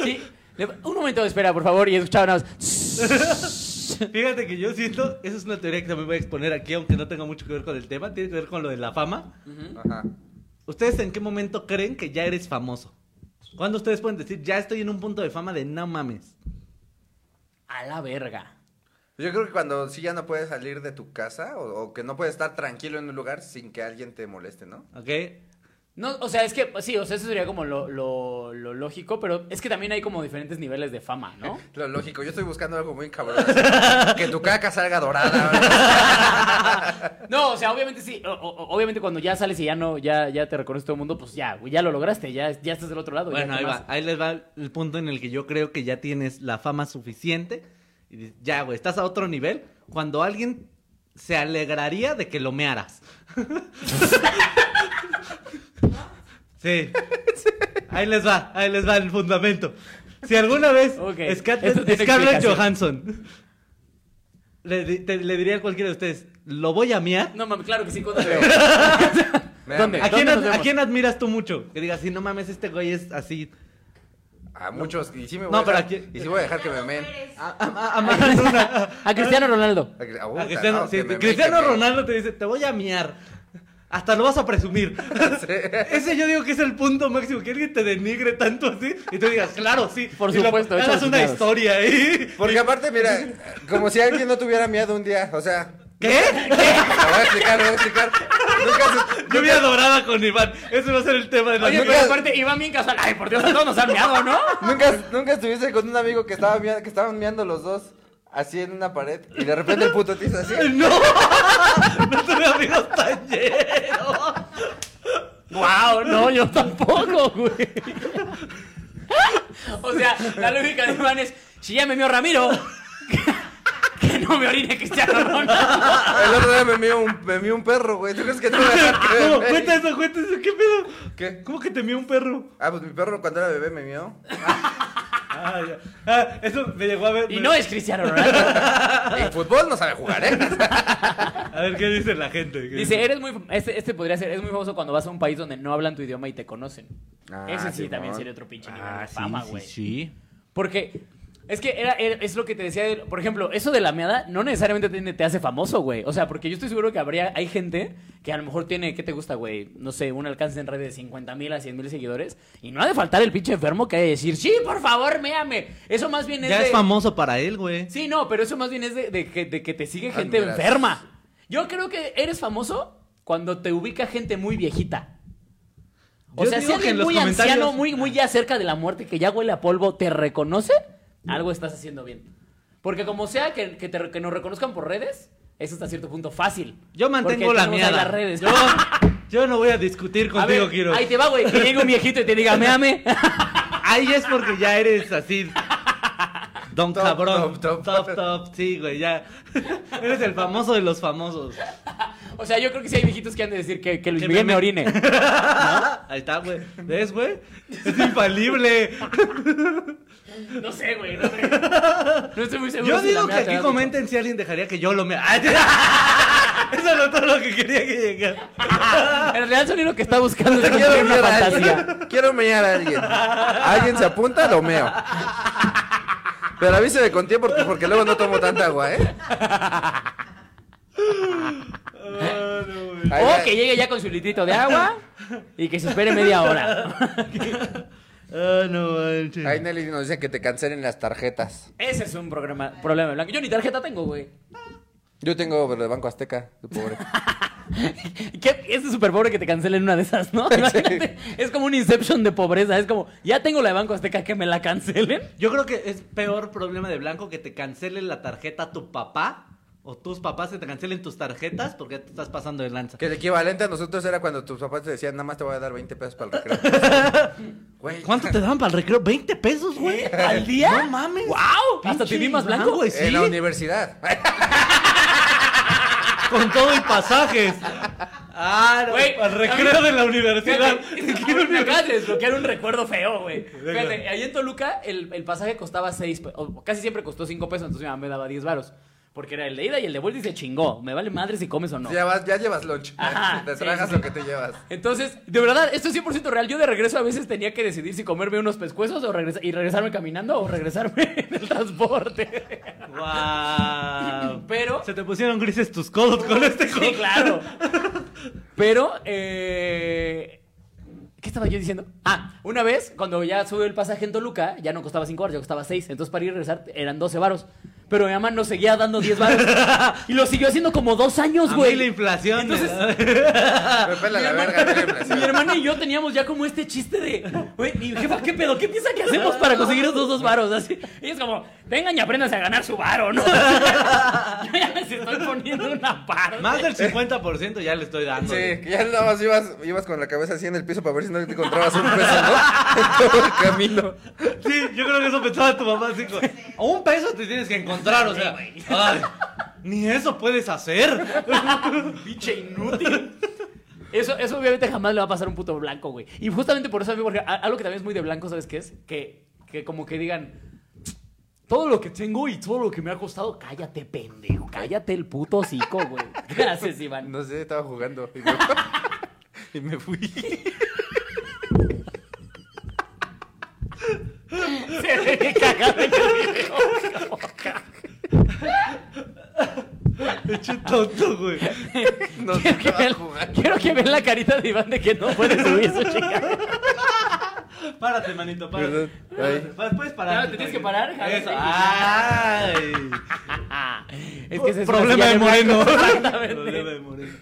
S1: Sí. Le- Un momento de espera, por favor, y escuchaba nada más.
S2: Fíjate que yo siento, esa es una teoría que también voy a exponer aquí, aunque no tenga mucho que ver con el tema, tiene que ver con lo de la fama.
S3: Ajá.
S2: ¿Ustedes en qué momento creen que ya eres famoso? ¿Cuándo ustedes pueden decir, ya estoy en un punto de fama de no mames?
S1: A la verga.
S3: Yo creo que cuando sí ya no puedes salir de tu casa o, o que no puedes estar tranquilo en un lugar sin que alguien te moleste, ¿no?
S2: ¿Ok?
S1: No, o sea, es que sí, o sea, eso sería como lo, lo- lo lógico, pero es que también hay como diferentes niveles de fama, ¿no?
S3: Lo lógico, yo estoy buscando algo muy cabrón. así, que tu caca salga dorada. ¿verdad?
S1: No, o sea, obviamente sí, o- o- obviamente cuando ya sales y ya no, ya, ya te reconoce todo el mundo, pues ya, güey, ya lo lograste, ya, ya estás del otro lado. ya,
S2: Bueno,
S1: ¿qué
S2: ahí
S1: más?
S2: va, ahí les va el punto en el que yo creo que ya tienes la fama suficiente. Y dices, ya, güey, estás a otro nivel. Cuando alguien se alegraría de que lo mearas. sí. Ahí les va, ahí les va el fundamento. Si alguna vez
S1: Ok,
S2: Scarlett,
S1: esto tiene
S2: Scarlett
S1: explicación.
S2: Johansson le, di- te- le diría a cualquiera de ustedes, ¿Lo voy a miar?
S1: No mames, claro que sí, cuéntame. ¿Dónde?
S3: ¿Dónde?
S2: ¿A quién,
S1: nos
S2: ad-
S1: vemos?
S2: a quién admiras tú mucho? Que digas, sí, no mames, este güey es así.
S3: A muchos. Y sí me voy
S2: No,
S3: a
S2: pero
S3: dejar-
S2: aquí-
S3: Y sí voy a dejar que me men.
S2: A, a- a más de una.
S1: A Cristiano Ronaldo.
S3: A, Cri- a-
S2: A
S3: puta,
S2: Cristiano,
S3: no,
S2: sí,
S3: que me men,
S2: Cristiano
S3: que me-
S2: Ronaldo te dice, te voy a miar. Hasta lo vas a presumir. Ese yo digo que es el punto máximo, que alguien te denigre tanto así y tú digas, claro, sí.
S1: Por
S2: y lo-
S1: supuesto,
S2: hagas
S1: échalos
S2: una
S1: chingados.
S2: historia ahí.
S3: Porque aparte, mira, como si alguien no tuviera miedo un día. O sea,
S2: ¿Qué?
S3: te voy a explicar, te voy a explicar. Nunca se-
S2: Yo vi adorada con Iván. Ese va a ser el tema de la
S1: Oye,
S3: Oye,
S2: noche.
S1: pero
S3: pero
S1: aparte, Iván bien casual. Ay, por Dios, todos nos han meado, ¿no?
S3: Nunca, nunca estuviste con un amigo que estaba mia- que estaban meando los dos así en una pared y de repente el puto te hizo así.
S2: No, no tuve amigos tan llenos.
S1: Wow, no, yo tampoco, güey. O sea, la lógica de Iván es, si ya me mió Ramiro, que, que no me orine Cristiano Ronaldo.
S3: El otro día me mió un, me mió un perro, güey. ¿Tú crees que te voy a dejar que me
S2: No,
S3: men?
S2: cuenta eso, cuenta eso, ¿qué pedo?
S3: ¿Qué?
S2: ¿Cómo que te mió un perro?
S3: Ah, pues mi perro cuando era bebé me mió.
S2: Ah, ya. Ah, eso me llegó a ver.
S1: Y no es Cristiano Ronaldo.
S3: En fútbol no sabe jugar, ¿eh?
S2: A ver, ¿qué dice la gente? ¿Qué
S1: Dice, eres muy, fam- este, este podría ser, es muy famoso cuando vas a un país donde no hablan tu idioma y te conocen.
S3: Ah,
S1: Ese sí
S3: Simón.
S1: también sería otro pinche nivel de
S2: Ah,
S1: fama,
S2: sí,
S1: güey.
S2: sí, sí.
S1: Porque es que era, era- es lo que te decía, de- por ejemplo, eso de la meada no necesariamente te, te hace famoso, güey. O sea, porque yo estoy seguro que habría, hay gente que a lo mejor tiene, ¿qué te gusta, güey? No sé, un alcance en red de 50 mil a 100 mil seguidores. Y no ha de faltar el pinche enfermo que ha de decir, sí, por favor, méame. Eso más bien es
S2: Ya
S1: de...
S2: es famoso para él, güey.
S1: Sí, no, pero eso más bien es de, de que, de que te sigue gente
S3: Admiras.
S1: enferma. Yo creo que eres famoso cuando te ubica gente muy viejita. O
S2: Yo
S1: sea,
S2: digo
S1: si
S2: que
S1: alguien
S2: en los
S1: muy anciano,
S2: comentarios-
S1: muy, muy ya cerca de la muerte, que ya huele a polvo, te reconoce, algo estás haciendo bien. Porque como sea que, que te- que nos reconozcan por redes, eso hasta cierto punto fácil.
S2: Yo mantengo
S1: Porque
S2: la
S1: tenemos ahí
S2: miada.
S1: las redes.
S2: Yo, yo no voy a discutir
S1: A ver,
S2: contigo, Kiro.
S1: Ahí te va, güey. Que llegue un viejito y te diga, me ame.
S2: Ahí es porque ya eres así. Don
S3: Top,
S2: cabrón. Top
S3: top,
S2: top,
S3: top.
S2: Sí, güey, ya. Eres el famoso de los famosos.
S1: O sea, yo creo que sí hay viejitos que han de decir que, que Luis
S2: Que
S1: Miguel me
S2: me ame.
S1: orine.
S2: Ahí está, güey. ¿Ves, güey? Es infalible.
S1: No sé, güey. No, sé. No estoy muy seguro.
S2: Yo
S1: si la
S2: digo que
S1: meada te
S2: aquí
S1: da
S2: comenten si alguien dejaría que yo lo me. ¡Ay! Eso no es todo lo que quería que llegara.
S1: En realidad, el sonido que está buscando es
S3: Quiero
S1: cumplir una
S3: mear a
S1: fantasía.
S3: alguien. Quiero mear a alguien. Alguien se apunta, lo meo. Pero avíseme con tiempo porque, porque luego no tomo tanta agua, ¿eh?
S2: Ah, no, güey.
S3: Ahí
S1: O
S3: va.
S1: que llegue ya con su litrito de agua y que se espere media hora.
S2: Ah, no manches.
S3: Ahí Nelly nos dice que te cancelen las tarjetas.
S1: Ese es un programa, problema blanco. Yo ni tarjeta tengo, güey.
S3: Yo tengo pero de Banco Azteca, de pobre.
S1: ¿Qué? Es súper pobre que te cancelen una de esas, ¿no? Imagínate, es como un inception de pobreza. Es como, ya tengo la de Banco Azteca, que me la cancelen.
S2: Yo creo que es peor problema de Blanco que te cancelen la tarjeta a tu papá o tus papás que te cancelen tus tarjetas porque te estás pasando de lanza.
S3: Que el equivalente a nosotros era cuando tus papás te decían, nada más te voy a dar 20 pesos para el recreo. Güey.
S2: ¿Cuánto te daban para el recreo? ¿20 pesos, güey?
S1: ¿Al día?
S2: No mames.
S1: ¡Wow! Hasta
S2: Pinche
S1: te vi más
S2: Iván,
S1: blanco.
S2: güey,
S3: En la
S2: sí.
S3: universidad.
S2: Con todo y pasajes. Ah, no,
S1: Güey,
S2: al recreo de la universidad.
S1: Fíjate, me acabas de desbloquear un recuerdo feo, güey. Fíjate, ahí en Toluca el, el pasaje costaba 6 pesos, casi siempre costó 5 pesos, entonces mi mamá me daba 10 varos. Porque era el de ida y el de vuelta y se chingó. Me vale madre si comes o no.
S3: Ya, vas- ya llevas lunch.
S1: Ajá,
S3: te
S1: sí,
S3: tragas
S1: sí.
S3: lo que te llevas.
S1: Entonces, de verdad, esto es 100% real. Yo de regreso a veces tenía que decidir si comerme unos pescuezos o regresa- y regresarme caminando o regresarme en el transporte.
S2: Wow.
S1: Pero-
S2: Se te pusieron grises tus codos con este
S1: Sí, claro. Pero, eh, ¿qué estaba yo diciendo? Ah, una vez, cuando ya subió el pasaje en Toluca, ya no costaba 5 baros, ya costaba 6. Entonces, para ir y regresar eran 12 varos. Pero mi mamá nos seguía dando 10 varos. y lo siguió haciendo como dos años,
S2: A
S1: güey.
S2: mí la inflación. me
S1: Entonces-
S2: da-
S3: Me pela la verga, Nelly, me decía.
S1: Mi hermana y yo teníamos ya como este chiste de, güey, mi jefa, ¿qué pedo? ¿Qué piensa que hacemos para conseguir esos dos varos? Así, y es como, vengan y aprendas a ganar su varo, ¿no? yo ya les estoy poniendo una parte.
S2: Más del 50% ya le estoy dando.
S3: Sí,
S2: güey.
S3: que ya nada más ibas, ibas con la cabeza así en el piso para ver si no te encontrabas un peso, ¿no? En todo el camino.
S2: Sí, yo creo que eso pensaba tu mamá. Así, como, a un peso te tienes que encontrar, o sea. ay, ni eso puedes hacer.
S1: Pinche inútil. Eso, eso obviamente jamás le va a pasar a un puto blanco, güey. Y justamente por eso a mí, porque a- algo que también es muy de blanco, ¿sabes qué es? Que, que como que digan, Todo lo que tengo y todo lo que me ha costado, cállate, pendejo. Cállate el puto hocico, güey. ¿Qué haces, Iván?
S3: Ah, No sé, estaba jugando. Y me, y me fui.
S1: Se ve cagado en el video.
S2: Eche tonto, güey.
S3: No sé,
S1: Quiero que,
S3: estaba
S1: vean,
S3: jugando.
S1: quiero que vean la carita de Iván de que no puede subir su chica.
S2: Párate, manito, párate.
S3: Perdón. Ay.
S2: Párate, Puedes parar.
S1: Claro, te tienes que parar, Javier.
S2: Eso. Ay.
S1: Es que ese es una
S2: Problema
S1: silla
S2: de Moreno.
S1: blanco. Exactamente.
S2: Problema de Moreno.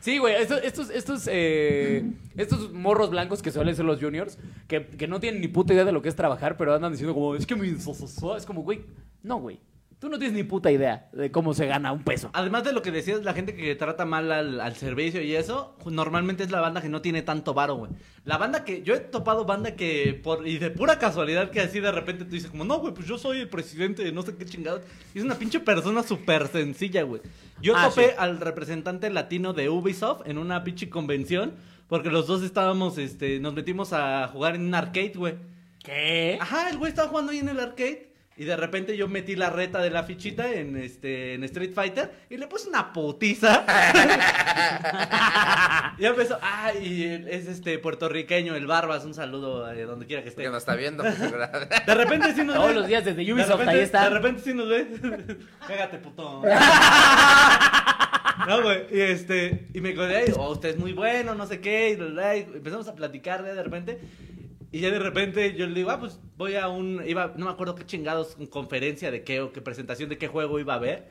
S1: Sí, güey, estos, estos, estos, eh, estos morros blancos que suelen ser los juniors, que, que no tienen ni puta idea de lo que es trabajar, pero andan diciendo como, es que mi so, so, so". es como, güey, no, güey, tú no tienes ni puta idea de cómo se gana un peso.
S2: Además de lo que decías, la gente que trata mal al, al servicio y eso, ju- normalmente es la banda que no tiene tanto varo, güey. La banda que, yo he topado banda que, por, y de pura casualidad que así de repente te dice como, no, güey, pues yo soy el presidente de no sé qué chingados. Y es una pinche persona súper sencilla, güey. Yo
S1: Ah,
S2: topé
S1: sí.
S2: al representante latino de Ubisoft en una pinche convención, porque los dos estábamos, este, nos metimos a jugar en un arcade, güey.
S1: ¿Qué?
S2: Ajá, el güey estaba jugando ahí en el arcade. Y de repente yo metí la reta de la fichita en este en Street Fighter y le puse una putiza. y empezó, ah, y el- es este puertorriqueño, el Barbas, un saludo eh, donde quiera que esté.
S3: Porque no está viendo. pues, seguramente.
S2: De repente sí nos
S1: Todos
S2: ve.
S1: los días desde
S2: De
S1: Ubisoft,
S2: repente-
S1: ahí está.
S2: De repente sí nos ve. Cágate, putón. No, güey, y este, y me quedé, ahí, oh, usted es muy bueno, no sé qué, y, bla, bla, y empezamos a platicar ya de repente, y ya de repente yo le digo, ah, pues voy a un, iba, no me acuerdo qué chingados, un conferencia de qué, o qué presentación de qué juego iba a ver,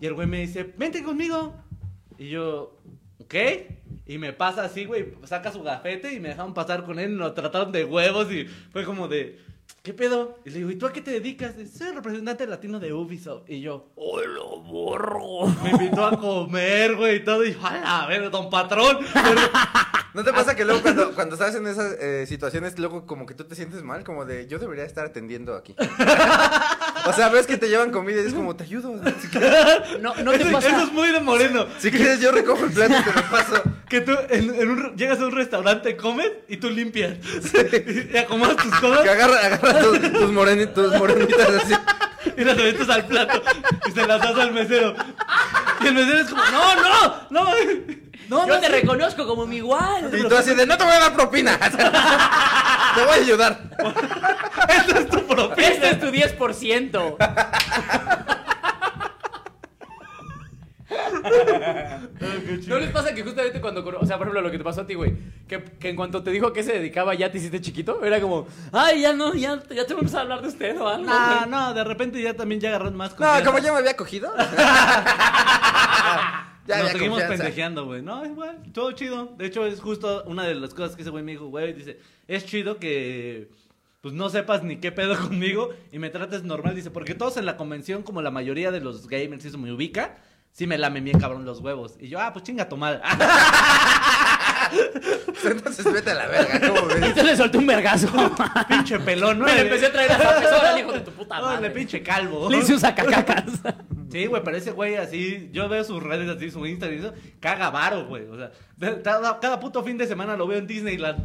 S2: y el güey me dice, vente conmigo, y yo, ok, y me pasa así, güey, saca su gafete y me dejaron pasar con él, nos trataron de huevos y fue como de... ¿Qué pedo? Y le digo, ¿y tú a qué te dedicas? Soy representante latino de Ubisoft. Y yo,
S1: ¡Hola, morro!
S2: me invitó a comer, güey, y todo. Y yo, a la ver, don patrón. Pero-
S3: ¿No te pasa que luego cuando, cuando estás en esas eh, situaciones, luego como que tú te sientes mal? Como de, yo debería estar atendiendo aquí. o sea, ves que te llevan comida y es como, te ayudo. ¿no? Si quieres,
S1: No, no te
S2: eso,
S1: pasa.
S2: eso es muy de moreno.
S3: si quieres, yo recojo el plato y te lo paso.
S2: Que tú en, en un, llegas a un restaurante, comes y tú limpias. Y acomodas tus
S3: Que
S2: cosas
S3: agarra, agarra tus, tus moreni- tus morenitas así.
S2: y las metes al plato. Y se las das al mesero. Y el mesero es como, no, no, no. No,
S1: Yo
S2: no
S1: te
S2: sé".
S1: reconozco como mi igual.
S3: Y tú así de, no te voy a dar propina. te voy a ayudar.
S2: Esta es tu propina.
S1: Este es tu 10%. ¿No les pasa que justamente cuando, cono- o sea, por ejemplo, lo que te pasó a ti, güey, que, que en cuanto te dijo a qué se dedicaba ya te hiciste chiquito? Era como, ay, ya no, ya, ya te vamos a hablar de usted o algo.
S2: No,
S1: güey".
S2: no, de repente ya también ya agarró más
S3: No,
S2: confianza.
S3: como ya me había cogido. ya
S2: Nos
S3: había
S2: seguimos
S3: confianza.
S2: pendejeando, güey. No, igual, todo chido. De hecho, es justo una de las cosas que ese güey me dijo, güey. Dice, es chido que pues no sepas ni qué pedo conmigo y me trates normal. Dice, porque todos en la convención, como la mayoría de los gamers, eso me ubica, sí me lamen bien cabrón los huevos. Y yo, ah, pues chinga tu madre.
S3: Entonces vete a la verga, ¿cómo
S1: Y
S3: ves?
S1: se le soltó un vergazo.
S2: pinche pelón, ¿no?
S1: Me le empecé a traer a profesora, hijo de tu puta
S2: No, le
S1: madre.
S2: pinche calvo.
S1: Le hice un sacacacas.
S2: Sí, güey, pero ese güey así, yo veo sus redes así, su Instagram y eso, caga varo, güey. O sea, de- cada, cada puto fin de semana lo veo en Disneyland.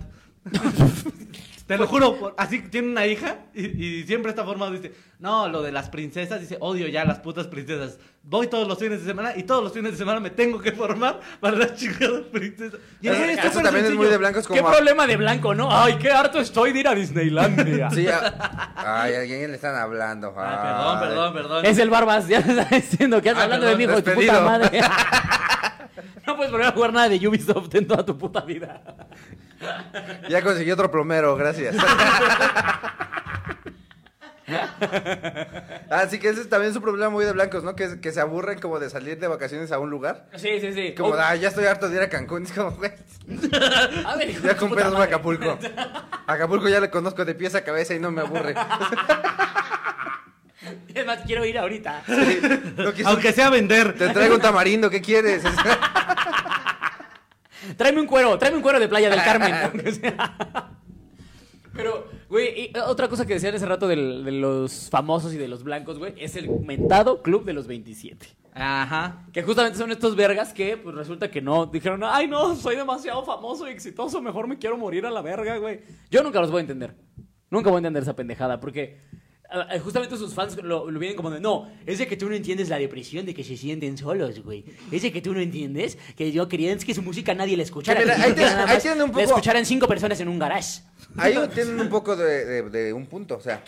S2: Te lo juro, por- así tiene una hija y, y siempre está formado. Dice, no, lo de las princesas, dice, odio ya las putas princesas. Voy todos los fines de semana y todos los fines de semana me tengo que formar para las chingadas princesas. Y en serio, es
S3: Eso
S2: súper
S3: también es muy
S2: sencillo.
S3: de blancos
S1: Qué
S3: como... a-
S1: problema de blanco, ¿no? Ay, qué harto estoy de ir a Disneylandia.
S3: Sí, a- Ay, a alguien le están hablando.
S2: Ay, perdón,
S3: ay.
S2: perdón, perdón.
S1: Es el Barbas, ya te está diciendo que andas
S2: Ah,
S1: hablando de mi
S2: perdón,
S1: hijo de tu puta
S3: despedido.
S1: madre. No puedes volver a jugar nada de Ubisoft en toda tu puta vida.
S3: Ya conseguí otro plomero, gracias. Así que ese es también su problema muy de blancos, ¿no? Que, que se aburren como de salir de vacaciones a un lugar.
S1: Sí, sí, sí.
S3: Y Como, ah, ya estoy harto de ir a Cancún. Es como, güey,
S1: a ver, hijo de
S3: ya
S1: tu
S3: compré
S1: puta
S3: a
S1: madre.
S3: Acapulco. Acapulco ya le conozco de pies a cabeza y no me aburre.
S1: Es más, quiero ir ahorita.
S3: Sí, no quise-
S2: Aunque sea vender.
S3: Te traigo un tamarindo, ¿qué quieres?
S1: Tráeme un cuero, tráeme un cuero de Playa del Carmen. aunque sea. Pero, güey, y eh, otra cosa que decían hace rato del- de los famosos y de los blancos, güey, es el mentado Club de los 27.
S2: Ajá.
S1: Que justamente son estos vergas que, pues resulta que no. Dijeron, ay, no, soy demasiado famoso y exitoso, mejor me quiero morir a la verga, güey. Yo nunca los voy a entender. Nunca voy a entender esa pendejada, porque ah, ah, Justamente sus fans lo, lo vienen como de, no, es de que tú no entiendes la depresión de que se sienten solos, güey. Es de que tú no entiendes que yo quería es que su música nadie la escuchara.
S3: Que mira,
S1: que
S3: ahí
S1: su música
S3: te-
S1: nada
S3: ahí
S1: más
S3: tienen un
S1: La
S3: poco-
S1: escucharan cinco personas en un garage.
S3: Ahí tienen un poco de, de- de un punto, o sea.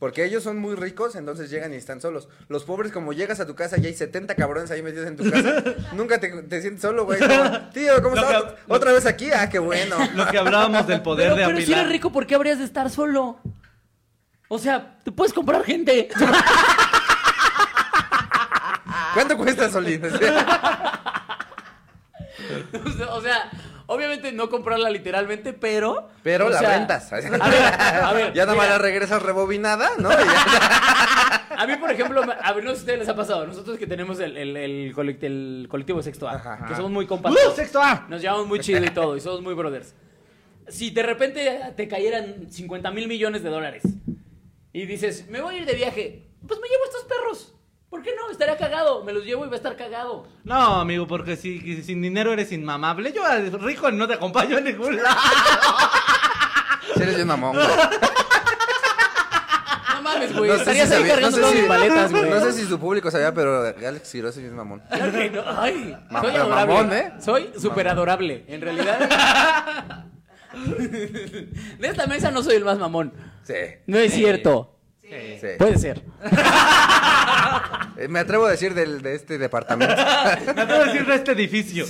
S3: Porque ellos son muy ricos, entonces llegan y están solos. Los pobres, como llegas a tu casa y hay 70 cabrones ahí metidos en tu casa, nunca te, te sientes solo, güey. Como, Tío, ¿cómo
S2: Lo
S3: estás?
S2: que- lo-
S3: ¿Otra vez aquí? Ah, qué bueno.
S2: Lo que hablábamos del poder
S1: pero
S2: de
S1: pero si
S2: apilar.
S1: eres rico, ¿por qué habrías de estar solo? O sea, te puedes comprar gente.
S3: ¿Cuánto cuesta Solín?
S1: o sea, obviamente no comprarla literalmente, pero.
S3: Pero
S1: o
S3: la
S1: sea,
S3: ventas.
S1: A ver, a ver.
S3: ya nada más
S1: mira,
S3: la regresas rebobinada, ¿no? Y ya-
S1: A mí, por ejemplo, me- a ver, no sé si a ustedes les ha pasado. Nosotros que tenemos el, el- el colect- el colectivo Sexto A,
S3: Ajá.
S1: que somos muy compas.
S2: ¡Uh, sexto A!
S1: Nos llevamos muy chido y todo, y somos muy brothers. Si de repente te cayeran 50 mil millones de dólares y dices, me voy a ir de viaje, pues me llevo estos perros. ¿Por qué no? Estaría cagado. Me los llevo y va a estar cagado.
S2: No, amigo, porque si, si sin dinero eres inmamable. Yo al rico no te acompaño a ningún lado.
S3: Sí eres bien mamón, güey.
S1: No mames, güey.
S3: No sé
S1: Estarías
S3: si
S1: ahí
S3: sabía- no
S1: cargando
S3: sé
S1: todas
S3: si-
S1: mis maletas, güey.
S3: No sé si su público sabía, pero Alex Quiroz es bien mamón.
S1: Claro que no. Ay,
S3: Ma-
S1: soy
S3: pero
S1: adorable.
S3: mamón, ¿eh?
S1: Soy súper adorable. En realidad. De esta mesa no soy el más mamón.
S3: Sí.
S1: No es cierto.
S3: Sí.
S1: Puede ser.
S3: Eh, Me atrevo a decir del, de este departamento.
S1: Ah,
S2: Me atrevo a decir de este edificio.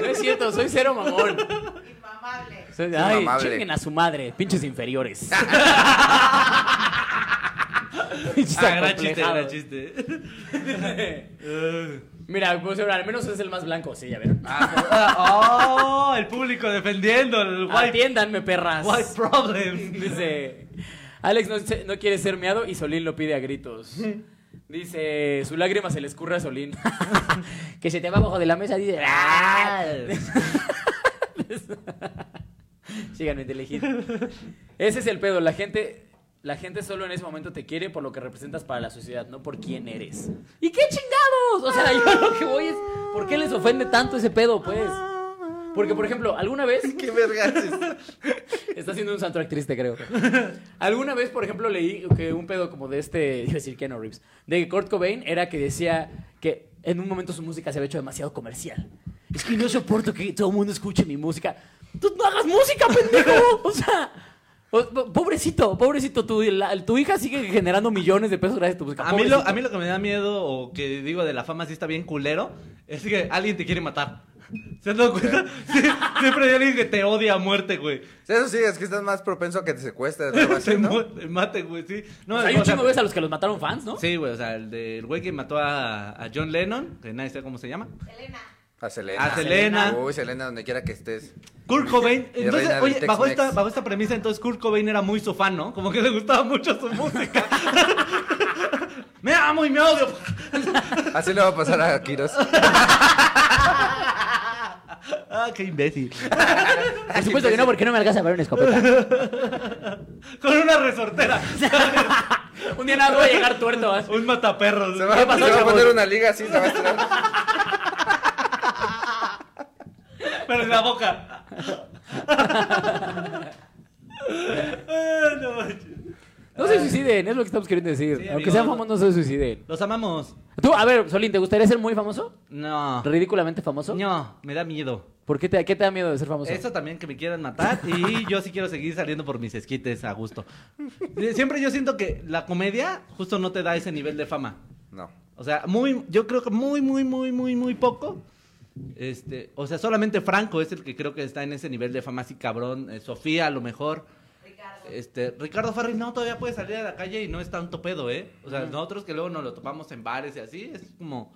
S1: No es cierto, soy cero mamón.
S4: Inmamable.
S1: Soy,
S3: Sí,
S1: ay,
S3: mamable.
S1: chinguen a su madre. Pinches inferiores. Pinches
S2: Ah, gran chiste, gran
S1: acomplejados.
S2: chiste.
S1: Mira, pues, al menos es el más blanco, sí, ya vieron.
S2: Ah, ¡Oh! El público defendiendo el white,
S1: Atiéndanme, perras.
S2: white problem.
S1: Dice, Alex no, se- no quiere ser meado y Solín lo pide a gritos. Dice, su lágrima se le escurre a Solín. que se te va abajo de la mesa, dice. "Ah". Síganme de elegir. Ese es el pedo, la gente... La gente solo en ese momento te quiere por lo que representas para la sociedad, no por quién eres. ¿Y qué chingados? O sea, yo lo que voy es, ¿por qué les ofende tanto ese pedo, pues? Porque, por ejemplo, alguna vez...
S3: ¿Qué verga haces?
S1: Está haciendo un soundtrack triste, creo. Alguna vez, por ejemplo, leí que un pedo como de este, iba a decir Keanu Reeves, de Kurt Cobain era que decía que en un momento su música se había hecho demasiado comercial. Es que no soporto que todo el mundo escuche mi música. ¡Tú no hagas música, pendejo! O sea, o- po- pobrecito, pobrecito, tu, la- tu hija sigue generando millones de pesos gracias a tu música.
S2: A mí, lo, a
S1: pobrecito.
S2: mí lo que me da miedo o que digo de la fama sí está bien culero es que alguien te quiere matar. ¿Se han dado cuenta? Sí, siempre hay alguien que te odia a muerte, güey.
S3: Eso sí, es que estás más propenso a que te secuestres. algo así,
S2: Te,
S3: ¿no?
S2: mu- te mate, güey, sí. No,
S1: O sea, Pues hay
S2: o
S1: un
S2: sea,
S1: chingo de veces a los que los mataron fans, ¿no?
S2: Sí, güey, o sea, el del güey que mató a, a John Lennon, que nadie sabe cómo se llama.
S4: Elena.
S3: A Selena.
S2: A Selena.
S3: Uy, Selena, donde quiera que estés.
S2: Kurt Cobain,
S3: Y
S2: entonces,
S3: reina del
S2: oye, bajo
S3: Tex-Mex.
S2: esta, bajo esta premisa, entonces Kurt Cobain era muy sofá, ¿no? Como que le gustaba mucho su música. me amo y me odio.
S3: Así le va a pasar a Quiroz.
S2: ah, qué imbécil.
S1: Por supuesto que no, porque no me alcanza para una escopeta.
S2: Con una resortera.
S1: un día nada más voy a llegar tuerto. ¿eh? así.
S2: Un mataperros.
S3: Se va,
S1: ¿Qué pasó,
S3: se va a
S1: chavos?
S3: poner una liga así, se va a estirar.
S2: Pero en la boca. Ah, no manches.
S1: No se suiciden, es lo que estamos queriendo decir.
S2: Sí,
S1: Aunque
S2: amigo.
S1: sean famosos, no se suiciden.
S2: Los amamos.
S1: Tú, a ver, Solín, ¿te gustaría ser muy famoso?
S2: No.
S1: ¿Ridículamente famoso?
S2: Ah. No, me da miedo.
S1: ¿Por qué te, qué te da miedo de ser famoso?
S2: Eso también que me quieran matar y yo sí quiero seguir saliendo por mis esquites a gusto. Siempre yo siento que la comedia justo no te da ese nivel de fama.
S3: No.
S2: O sea, muy, yo creo que muy, muy, muy, muy, muy poco. Este, o sea, solamente Franco es el que creo que está en ese nivel de fama así cabrón. Eh, Sofía a lo mejor.
S4: Ricardo.
S2: Este, Ricardo Farri no todavía puede salir a la calle y no es tanto pedo, ¿eh? O sea, nosotros que luego nos lo topamos en bares y así, es como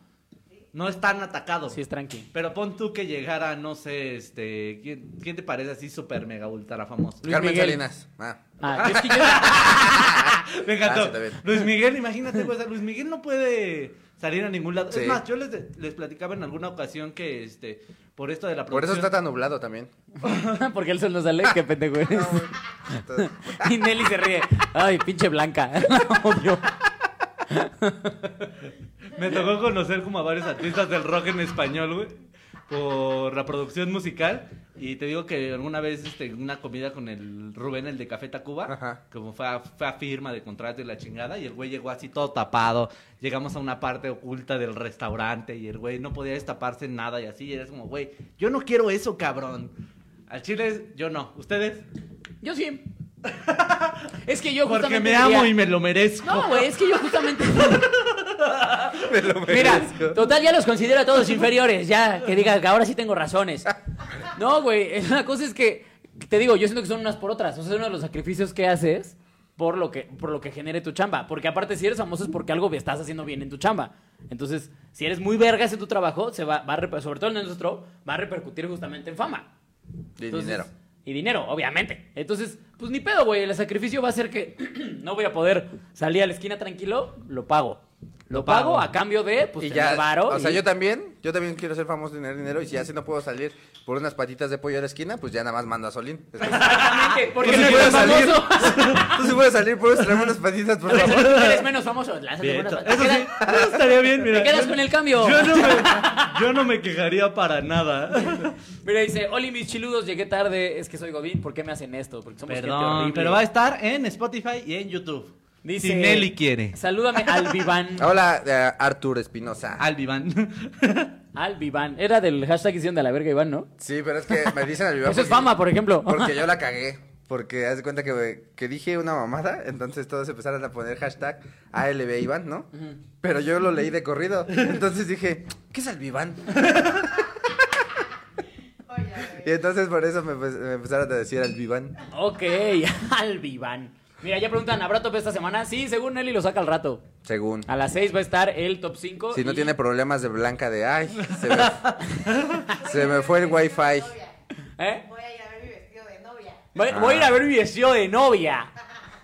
S2: no es tan atacado.
S1: Sí, es tranqui.
S2: Pero pon tú que llegara, no sé, este, ¿quién, quién te parece así súper mega ultra famoso?
S1: Luis
S3: Carmen
S1: Miguel.
S3: Salinas. Ah.
S1: Ah, yo es que yo-
S2: Me
S3: Ah,
S2: encantó.
S3: sí, también.
S2: Luis Miguel, imagínate, güey, o sea, Luis Miguel no puede salir a ningún lado.
S3: Sí.
S2: Es más, yo les, les platicaba en alguna ocasión que, este, por esto de la
S3: Por eso
S2: producción.
S3: está tan nublado también.
S1: Porque él se nos sale, qué pendejo eres.
S3: No, güey. Entonces,
S1: Y Nelly se ríe. Ay, pinche blanca. La odio.
S2: Me tocó conocer como a varios artistas del rock en español, güey. por la producción musical. Y te digo que alguna vez, este, en una comida con el Rubén, el de Café Tacuba,
S3: Ajá.
S2: como fue a, fue a firma de contrato y la chingada, y el güey llegó así todo tapado. Llegamos a una parte oculta del restaurante y el güey no podía destaparse en nada y así. Y eres como, güey, yo no quiero eso, cabrón. Al chile, yo no. ¿Ustedes?
S1: Yo sí. Es que yo
S2: Porque
S1: justamente
S2: me amo
S1: diría-
S2: y me lo merezco.
S1: No, güey, es que yo justamente...
S3: Me lo
S1: Mira,
S3: merezco.
S1: total ya los considero a todos inferiores, ya que diga que ahora sí tengo razones. No, güey, la cosa es que te digo, yo siento que son unas por otras, o sea, es uno de los sacrificios que haces por lo que por lo que genere tu chamba, porque aparte si eres famoso es porque algo estás haciendo bien en tu chamba. Entonces, si eres muy vergas en tu trabajo, se va, va a reper- sobre todo en el nuestro, va a repercutir justamente en fama.
S3: De
S1: Entonces-
S3: dinero.
S1: Y dinero, obviamente. Entonces, pues ni pedo, güey. El sacrificio va a ser que no voy a poder salir a la esquina tranquilo, lo pago. Lo,
S2: Lo
S1: pago,
S2: pago.
S1: a cambio de, pues,
S3: y
S1: tener
S3: ya,
S1: varo.
S3: o sea,
S1: y-
S3: yo también, yo también quiero ser famoso y tener dinero. Y si ya si no puedo salir por unas patitas de pollo a la esquina, pues ya nada más mando a Solín. Es que-
S1: Exactamente, porque
S3: Tú
S1: no
S3: sí
S1: eres
S3: puedes Pues, salir.
S1: famoso.
S3: Tú sí puedes salir, puedes traerme unas patitas, por favor.
S1: eres menos famoso. lánzate
S2: Bien,
S1: buenas
S2: eso
S1: patadas.
S2: sí, eso estaría bien, mira.
S1: Te quedas
S2: Yo-
S1: con el cambio.
S2: Yo no, me, yo no me quejaría para nada.
S1: Mira, dice, Oli, mis chiludos, llegué tarde. Es que soy Godín, ¿por qué me hacen esto? Porque somos gente
S2: Perdón,
S1: horrible.
S2: pero va a estar en Spotify y en YouTube.
S1: Dice,
S2: si Nelly quiere.
S1: Salúdame al Viván.
S3: Hola, eh, Artur Espinosa.
S2: Al Viván.
S1: Al Viván. Era del hashtag hicieron de la verga Iván, ¿no?
S3: Sí, pero es que me dicen al vivo
S1: Eso es
S3: porque-
S1: fama, por ejemplo.
S3: Porque yo la cagué. Porque haz de cuenta que, que dije una mamada, entonces todos empezaron a poner hashtag ALB Iván, ¿no? Pero yo lo leí de corrido. Entonces dije, ¿qué es Albiván?
S4: Oye,
S3: Y entonces por eso me, empe- me empezaron a decir Albiván.
S1: Ok, al Viván. Mira, ya preguntan, ¿habrá top esta semana? Sí, según Nelly lo saca al rato.
S3: Según.
S1: A las 6 va a estar el top 5.
S3: Si no tiene problemas de blanca de ay, se me, se me fue el wifi.
S1: ¿Eh?
S4: Voy a ir a ver mi vestido de novia.
S1: Voy, voy a ir a ver mi vestido de novia.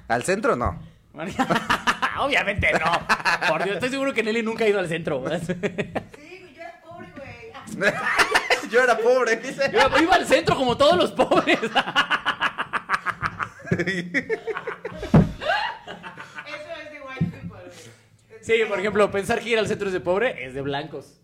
S3: Al centro no.
S1: Obviamente no. Por Dios, estoy seguro que Nelly nunca ha ido al centro.
S4: Sí, yo era pobre, güey.
S3: Yo era pobre, dice.
S1: Yo iba al centro como todos los pobres.
S4: Eso es de white people, güey.
S1: Sí, por ejemplo, pensar que ir al centro es de pobre es de blancos.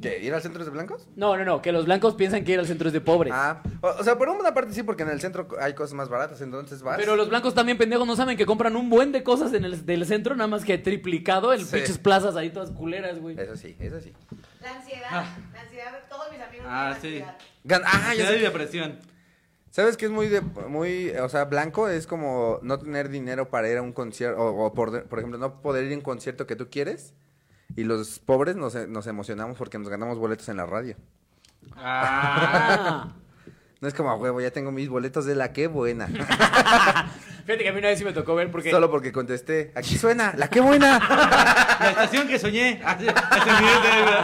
S3: ¿Qué? ¿Ir al centro es de blancos?
S1: No, no, no, que los blancos piensan que ir al centro es de pobres.
S3: Ah, o, o sea, por una parte sí, porque en el centro hay cosas más baratas, entonces vas.
S1: Pero los blancos también pendejos no saben que compran un buen de cosas en el del centro, nada más que triplicado el
S3: Sí.
S1: pinches plazas ahí todas culeras, güey.
S3: Eso sí, eso sí.
S4: La ansiedad.
S2: Ah.
S4: La ansiedad de todos mis amigos.
S2: Ah,
S4: tienen
S2: sí.
S4: ansiedad.
S3: Gan- ah, ya
S2: Ansiedad
S3: sé
S2: y
S3: que-
S2: depresión.
S3: ¿Sabes qué es muy, de, muy, o sea, blanco? Es como no tener dinero para ir a un concierto, o, o por, por ejemplo, no poder ir a un concierto que tú quieres. Y los pobres nos, nos emocionamos porque nos ganamos boletos en la radio.
S1: Ah.
S3: No es como, "Ah, huevo, ya tengo mis boletos de la que buena.
S1: Fíjate que a mí una vez sí me tocó ver porque
S3: Solo porque contesté, aquí suena, la que buena.
S2: La estación que soñé. Así- así me-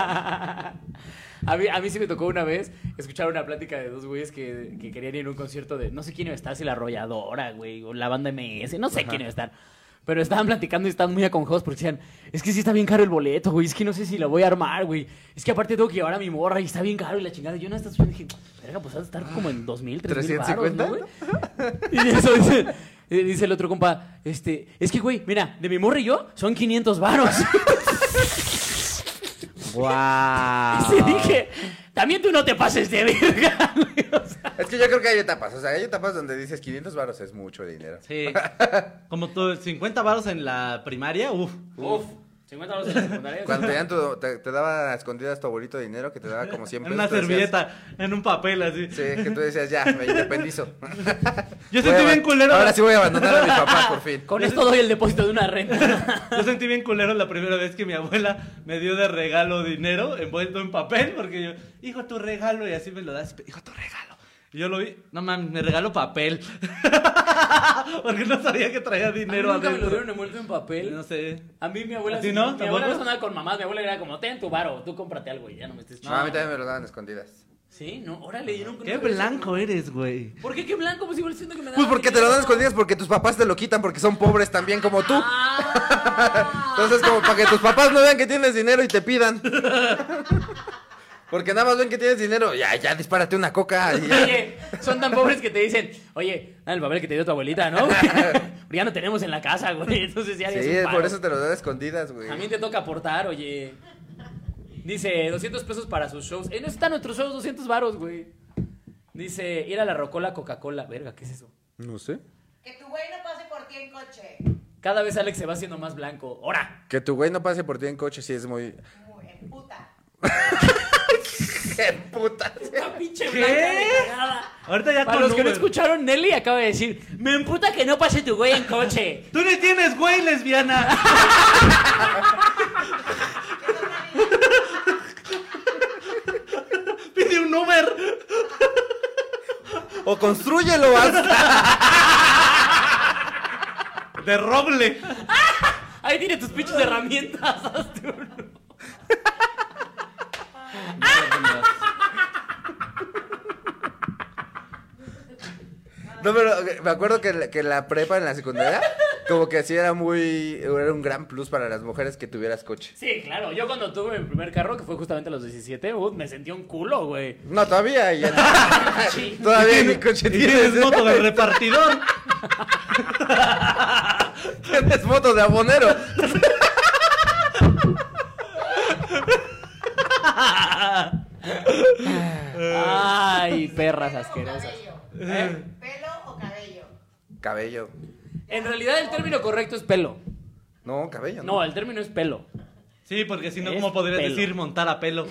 S1: A mí, a mí sí me tocó una vez escuchar una plática de dos güeyes que, que querían ir a un concierto de no sé quién iba a estar, si la arrolladora, güey, o la banda MS, no sé quién iba a estar. Pero estaban platicando y estaban muy aconjados porque decían, es que sí está bien caro el boleto, güey, es que no sé si la voy a armar, güey. Es que aparte tengo que llevar a mi morra y está bien caro y la chingada. Y yo en estas dije, verga, pues va a estar como en dos mil, tres mil baros, ¿no, güey? Y eso dice, eh, dice el otro compa, este, es que, güey, mira, de mi morra y yo son 500 varos.
S2: Guau.
S1: Sí, dije, también tú no te pases de verga. güey, o sea.
S3: es que yo creo que hay etapas, o sea, hay etapas donde dices 500 varos es mucho dinero.
S2: Sí. Como todo, 50 varos en la primaria, uf.
S1: Uf, 50 dólares en la secundaria.
S3: Cuando te, dan tu- te, te daba a escondidas tu abuelito dinero que te daba como 100
S2: En
S3: pesos.
S2: una
S3: tú decías-
S2: servilleta, en un papel así.
S3: Sí, que tú decías, ya, me independizo.
S2: Yo
S3: Voy a
S2: sentí bien
S3: aban-
S2: culero.
S3: Ahora sí voy a abandonar a mi papá, por fin.
S1: Con esto doy el depósito de una renta.
S2: Yo sentí bien culero la primera vez que mi abuela me dio de regalo dinero envuelto en papel, porque yo, hijo, tu regalo, y así me lo das, hijo, tu regalo. Y yo lo vi, no mames, me regalo papel. porque no sabía que traía dinero
S1: A mí nunca me lo
S2: adentro.
S1: dieron envuelto en papel.
S2: No sé.
S1: A mí mi abuela,
S2: ¿A ti no?
S1: mi abuela
S2: ¿Tampoco?
S1: no andaba con mamás, mi abuela era como, ten tu varo, tú cómprate algo y ya no me estés
S3: No, a mí también me lo daban escondidas.
S1: Sí, no, órale, yo nunca
S2: Qué
S1: nunca había
S2: blanco eres, güey.
S1: visto- ¿Por qué qué blanco? Pues igual siento que me dan
S3: Pues porque te lo dan escondidas porque tus papás te lo quitan porque son pobres también como tú.
S1: Ah.
S3: Entonces como para que tus papás no vean que tienes dinero y te pidan. Porque nada más ven que tienes dinero, ya, ya, dispárate una coca. y ya.
S1: Oye, son tan pobres que te dicen, oye, dale el papel que te dio tu abuelita, ¿no? Porque ya no tenemos en la casa, güey. Entonces ya harías
S3: Sí,
S1: un
S3: por
S1: paro.
S3: eso te lo dan escondidas, güey.
S1: También te toca aportar, oye. Dice, 200 pesos para sus shows. En eso están nuestros shows, 200 varos, güey. Dice, ir a la Rocola Coca-Cola. Verga, ¿qué es eso?
S3: No sé.
S4: Que tu güey no pase por ti en coche.
S1: Cada vez Alex se va haciendo más blanco. ¡Hora!
S3: Que tu güey no pase por ti en coche, sí es muy.
S4: Muy en puta.
S3: ¡Qué puta!
S1: ¡Esta pinche
S2: ¿Qué?
S1: blanca de cagada!
S2: Ahorita ya
S1: Para
S2: con
S1: los que no
S2: Uber.
S1: escucharon, Nelly acaba de decir, me emputa que no pase tu güey en coche.
S2: Tú le tienes, güey, lesbiana.
S4: Que no camine.
S2: Pide un Uber.
S3: O construyelo hasta.
S2: De roble.
S1: Ahí tiene tus pinches herramientas, hazte uno.
S3: No, pero eh, me acuerdo que, la- que la prepa en la secundaria, como que sí era muy. Era un gran plus para las mujeres que tuvieras coche.
S1: Sí, claro. Yo cuando tuve mi primer carro, que fue justamente a los 17, uh, me sentí un culo, güey.
S3: No, todavía. ya no.
S1: Sí.
S3: todavía mi coche
S2: Y tienes
S3: tienes.
S2: moto de repartidor.
S3: Tienes moto de abonero.
S1: Ay, perras
S4: Pelo o
S1: asquerosas.
S4: cabello.
S1: ¿Eh?
S4: Pelo o cabello.
S3: Cabello.
S1: En realidad el término correcto es pelo.
S3: No, cabello.
S1: No, el término es pelo.
S2: Sí, porque si no,
S1: Es
S2: ¿cómo podrías
S1: pelo.
S2: decir montar a pelo?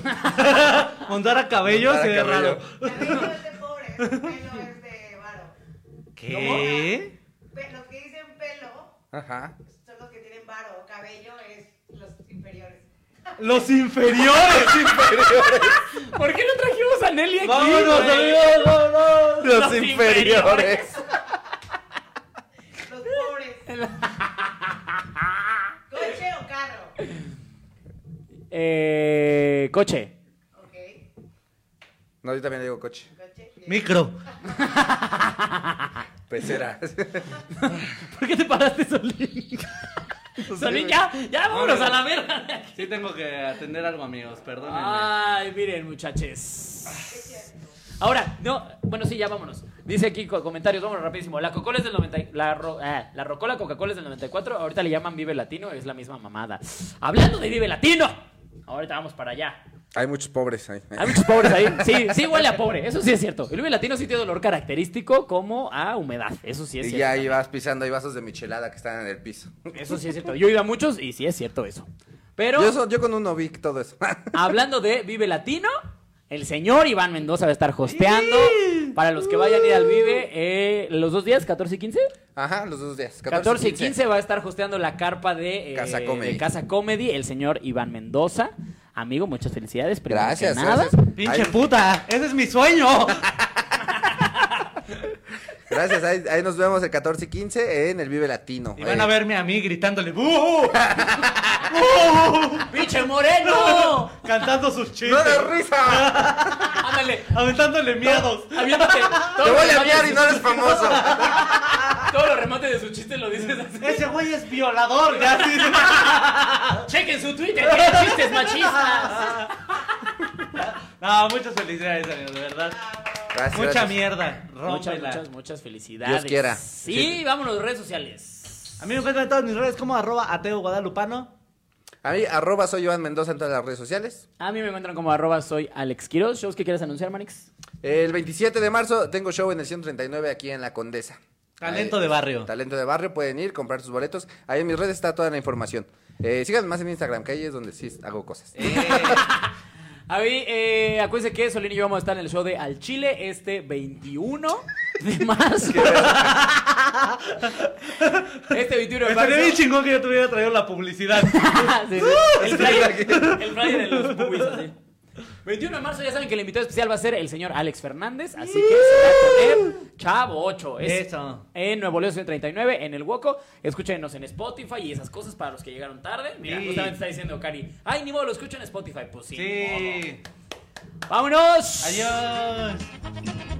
S2: montar a cabello
S3: Montar a
S2: sería
S3: cabello.
S2: raro.
S4: Cabello es de pobres, pelo es de varo.
S2: ¿Qué?
S4: Pe- Los que dicen pelo
S3: Ajá.
S4: son los que tienen varo. Cabello es los inferiores.
S2: Los inferiores.
S1: ¿Por qué no trajimos a Nelly aquí?
S2: Vámonos,
S1: güey?
S2: amigos, vámonos.
S3: Los,
S1: Los
S3: inferiores.
S4: Los pobres. Coche o carro.
S1: Eh, coche.
S4: Ok.
S3: No, yo también le digo coche.
S4: Coche.
S2: Micro.
S3: Pecera.
S1: ¿Por qué te paraste, Solín? Solín, ya, ya vámonos a la verga.
S2: Sí, tengo que atender algo, amigos, perdónenme.
S1: Ay, miren, muchaches. Ahora, no, bueno, sí, ya vámonos. Dice aquí co- comentarios, vámonos rapidísimo. La Coca-Cola es del 90, y- la, ro- ah, la Rocola Coca-Cola es del 94, ahorita le llaman Vive Latino, es la misma mamada. Hablando de Vive Latino, ahorita vamos para allá.
S3: Hay muchos pobres ahí.
S1: Hay muchos pobres ahí. Sí, sí huele a pobre, eso sí es cierto. El Vive Latino sí tiene olor característico como a humedad, eso sí es
S3: Y
S1: cierto.
S3: ya ahí vas pisando, hay vasos de michelada que están en el piso.
S1: Eso sí es cierto. Yo he ido a muchos y sí es cierto eso. Pero
S3: Yo, so- yo con uno vi todo eso.
S1: hablando de Vive Latino, el señor Iván Mendoza va a estar hosteando.
S2: Sí.
S1: Para los que vayan a ir al Vive, eh, los dos días, 14 y 15.
S3: Ajá, los dos días.
S1: 14, y 15. va a estar hosteando la carpa de, eh,
S3: Casa Comedy.
S1: de Casa Comedy, el señor Iván Mendoza. Amigo, muchas felicidades. primero que
S3: Gracias,
S1: nada.
S3: gracias.
S2: Pinche
S3: Ahí-
S2: puta, ese es mi sueño.
S3: Gracias, ahí, ahí nos vemos el 14 y 15 en el Vive Latino.
S2: Y van a
S3: Eh,
S2: verme a mí gritándole ¡Bú!
S1: ¡Pinche moreno!
S2: Cantando sus chistes.
S3: Eh, ¡No de risa!
S1: Ándale.
S2: Aventándole miedos.
S1: Aviéntate.
S3: ¡Te voy a enviar y no eres famoso!
S1: Todos los remates de sus chistes lo dices así.
S2: Ese güey es violador, ya sí.
S1: Chequen su Twitter, tiene chistes machistas.
S2: No, muchas felicidades, amigos, de verdad.
S3: Gracias,
S2: Mucha
S3: gracias.
S2: mierda.
S1: Muchas,
S2: Rómpela.
S1: muchas, muchas felicidades.
S3: Dios quiera.
S1: Sí,
S3: Sí.
S1: vámonos, redes sociales.
S2: A mí me encuentran en todas mis redes como arroba ateo guadalupano.
S3: A mí, arroba soy Joan Mendoza en todas las redes sociales.
S1: A mí me encuentran como arroba soy Alex Quiroz. ¿Shows que quieres anunciar, Manix?
S3: El 27 de marzo tengo show en el 139 aquí en La Condesa.
S2: Talento
S3: Ahí-
S2: de barrio.
S3: Talento de barrio, pueden ir, comprar sus boletos. Ahí en mis redes está toda la información. Eh, síganme más en Instagram, que ahí es donde sí hago
S2: Eh,
S3: cosas.
S1: A mí, eh, acuérdense que Solín y yo vamos a estar en el show de Al Chile este 21 de marzo. este 21 de marzo.
S2: Estaría bien chingón que yo te hubiera traído la publicidad.
S1: Ah, Sí, Uh, sí. El flyer, el flyer de los pubis, así. 21 de marzo, ya saben que el invitado especial va a ser el señor Alex Fernández, así que se va a poner Chavo 8. Es
S2: Eso.
S1: En Nuevo León 139, en el Woco. Escúchenos en Spotify y esas cosas para los que llegaron tarde. Mira,
S2: Sí.
S1: justamente está diciendo Cari, ay, ni modo, lo escucho en Spotify. Pues sí. ni
S2: Sí.
S1: modo. ¡Vámonos!
S2: Adiós.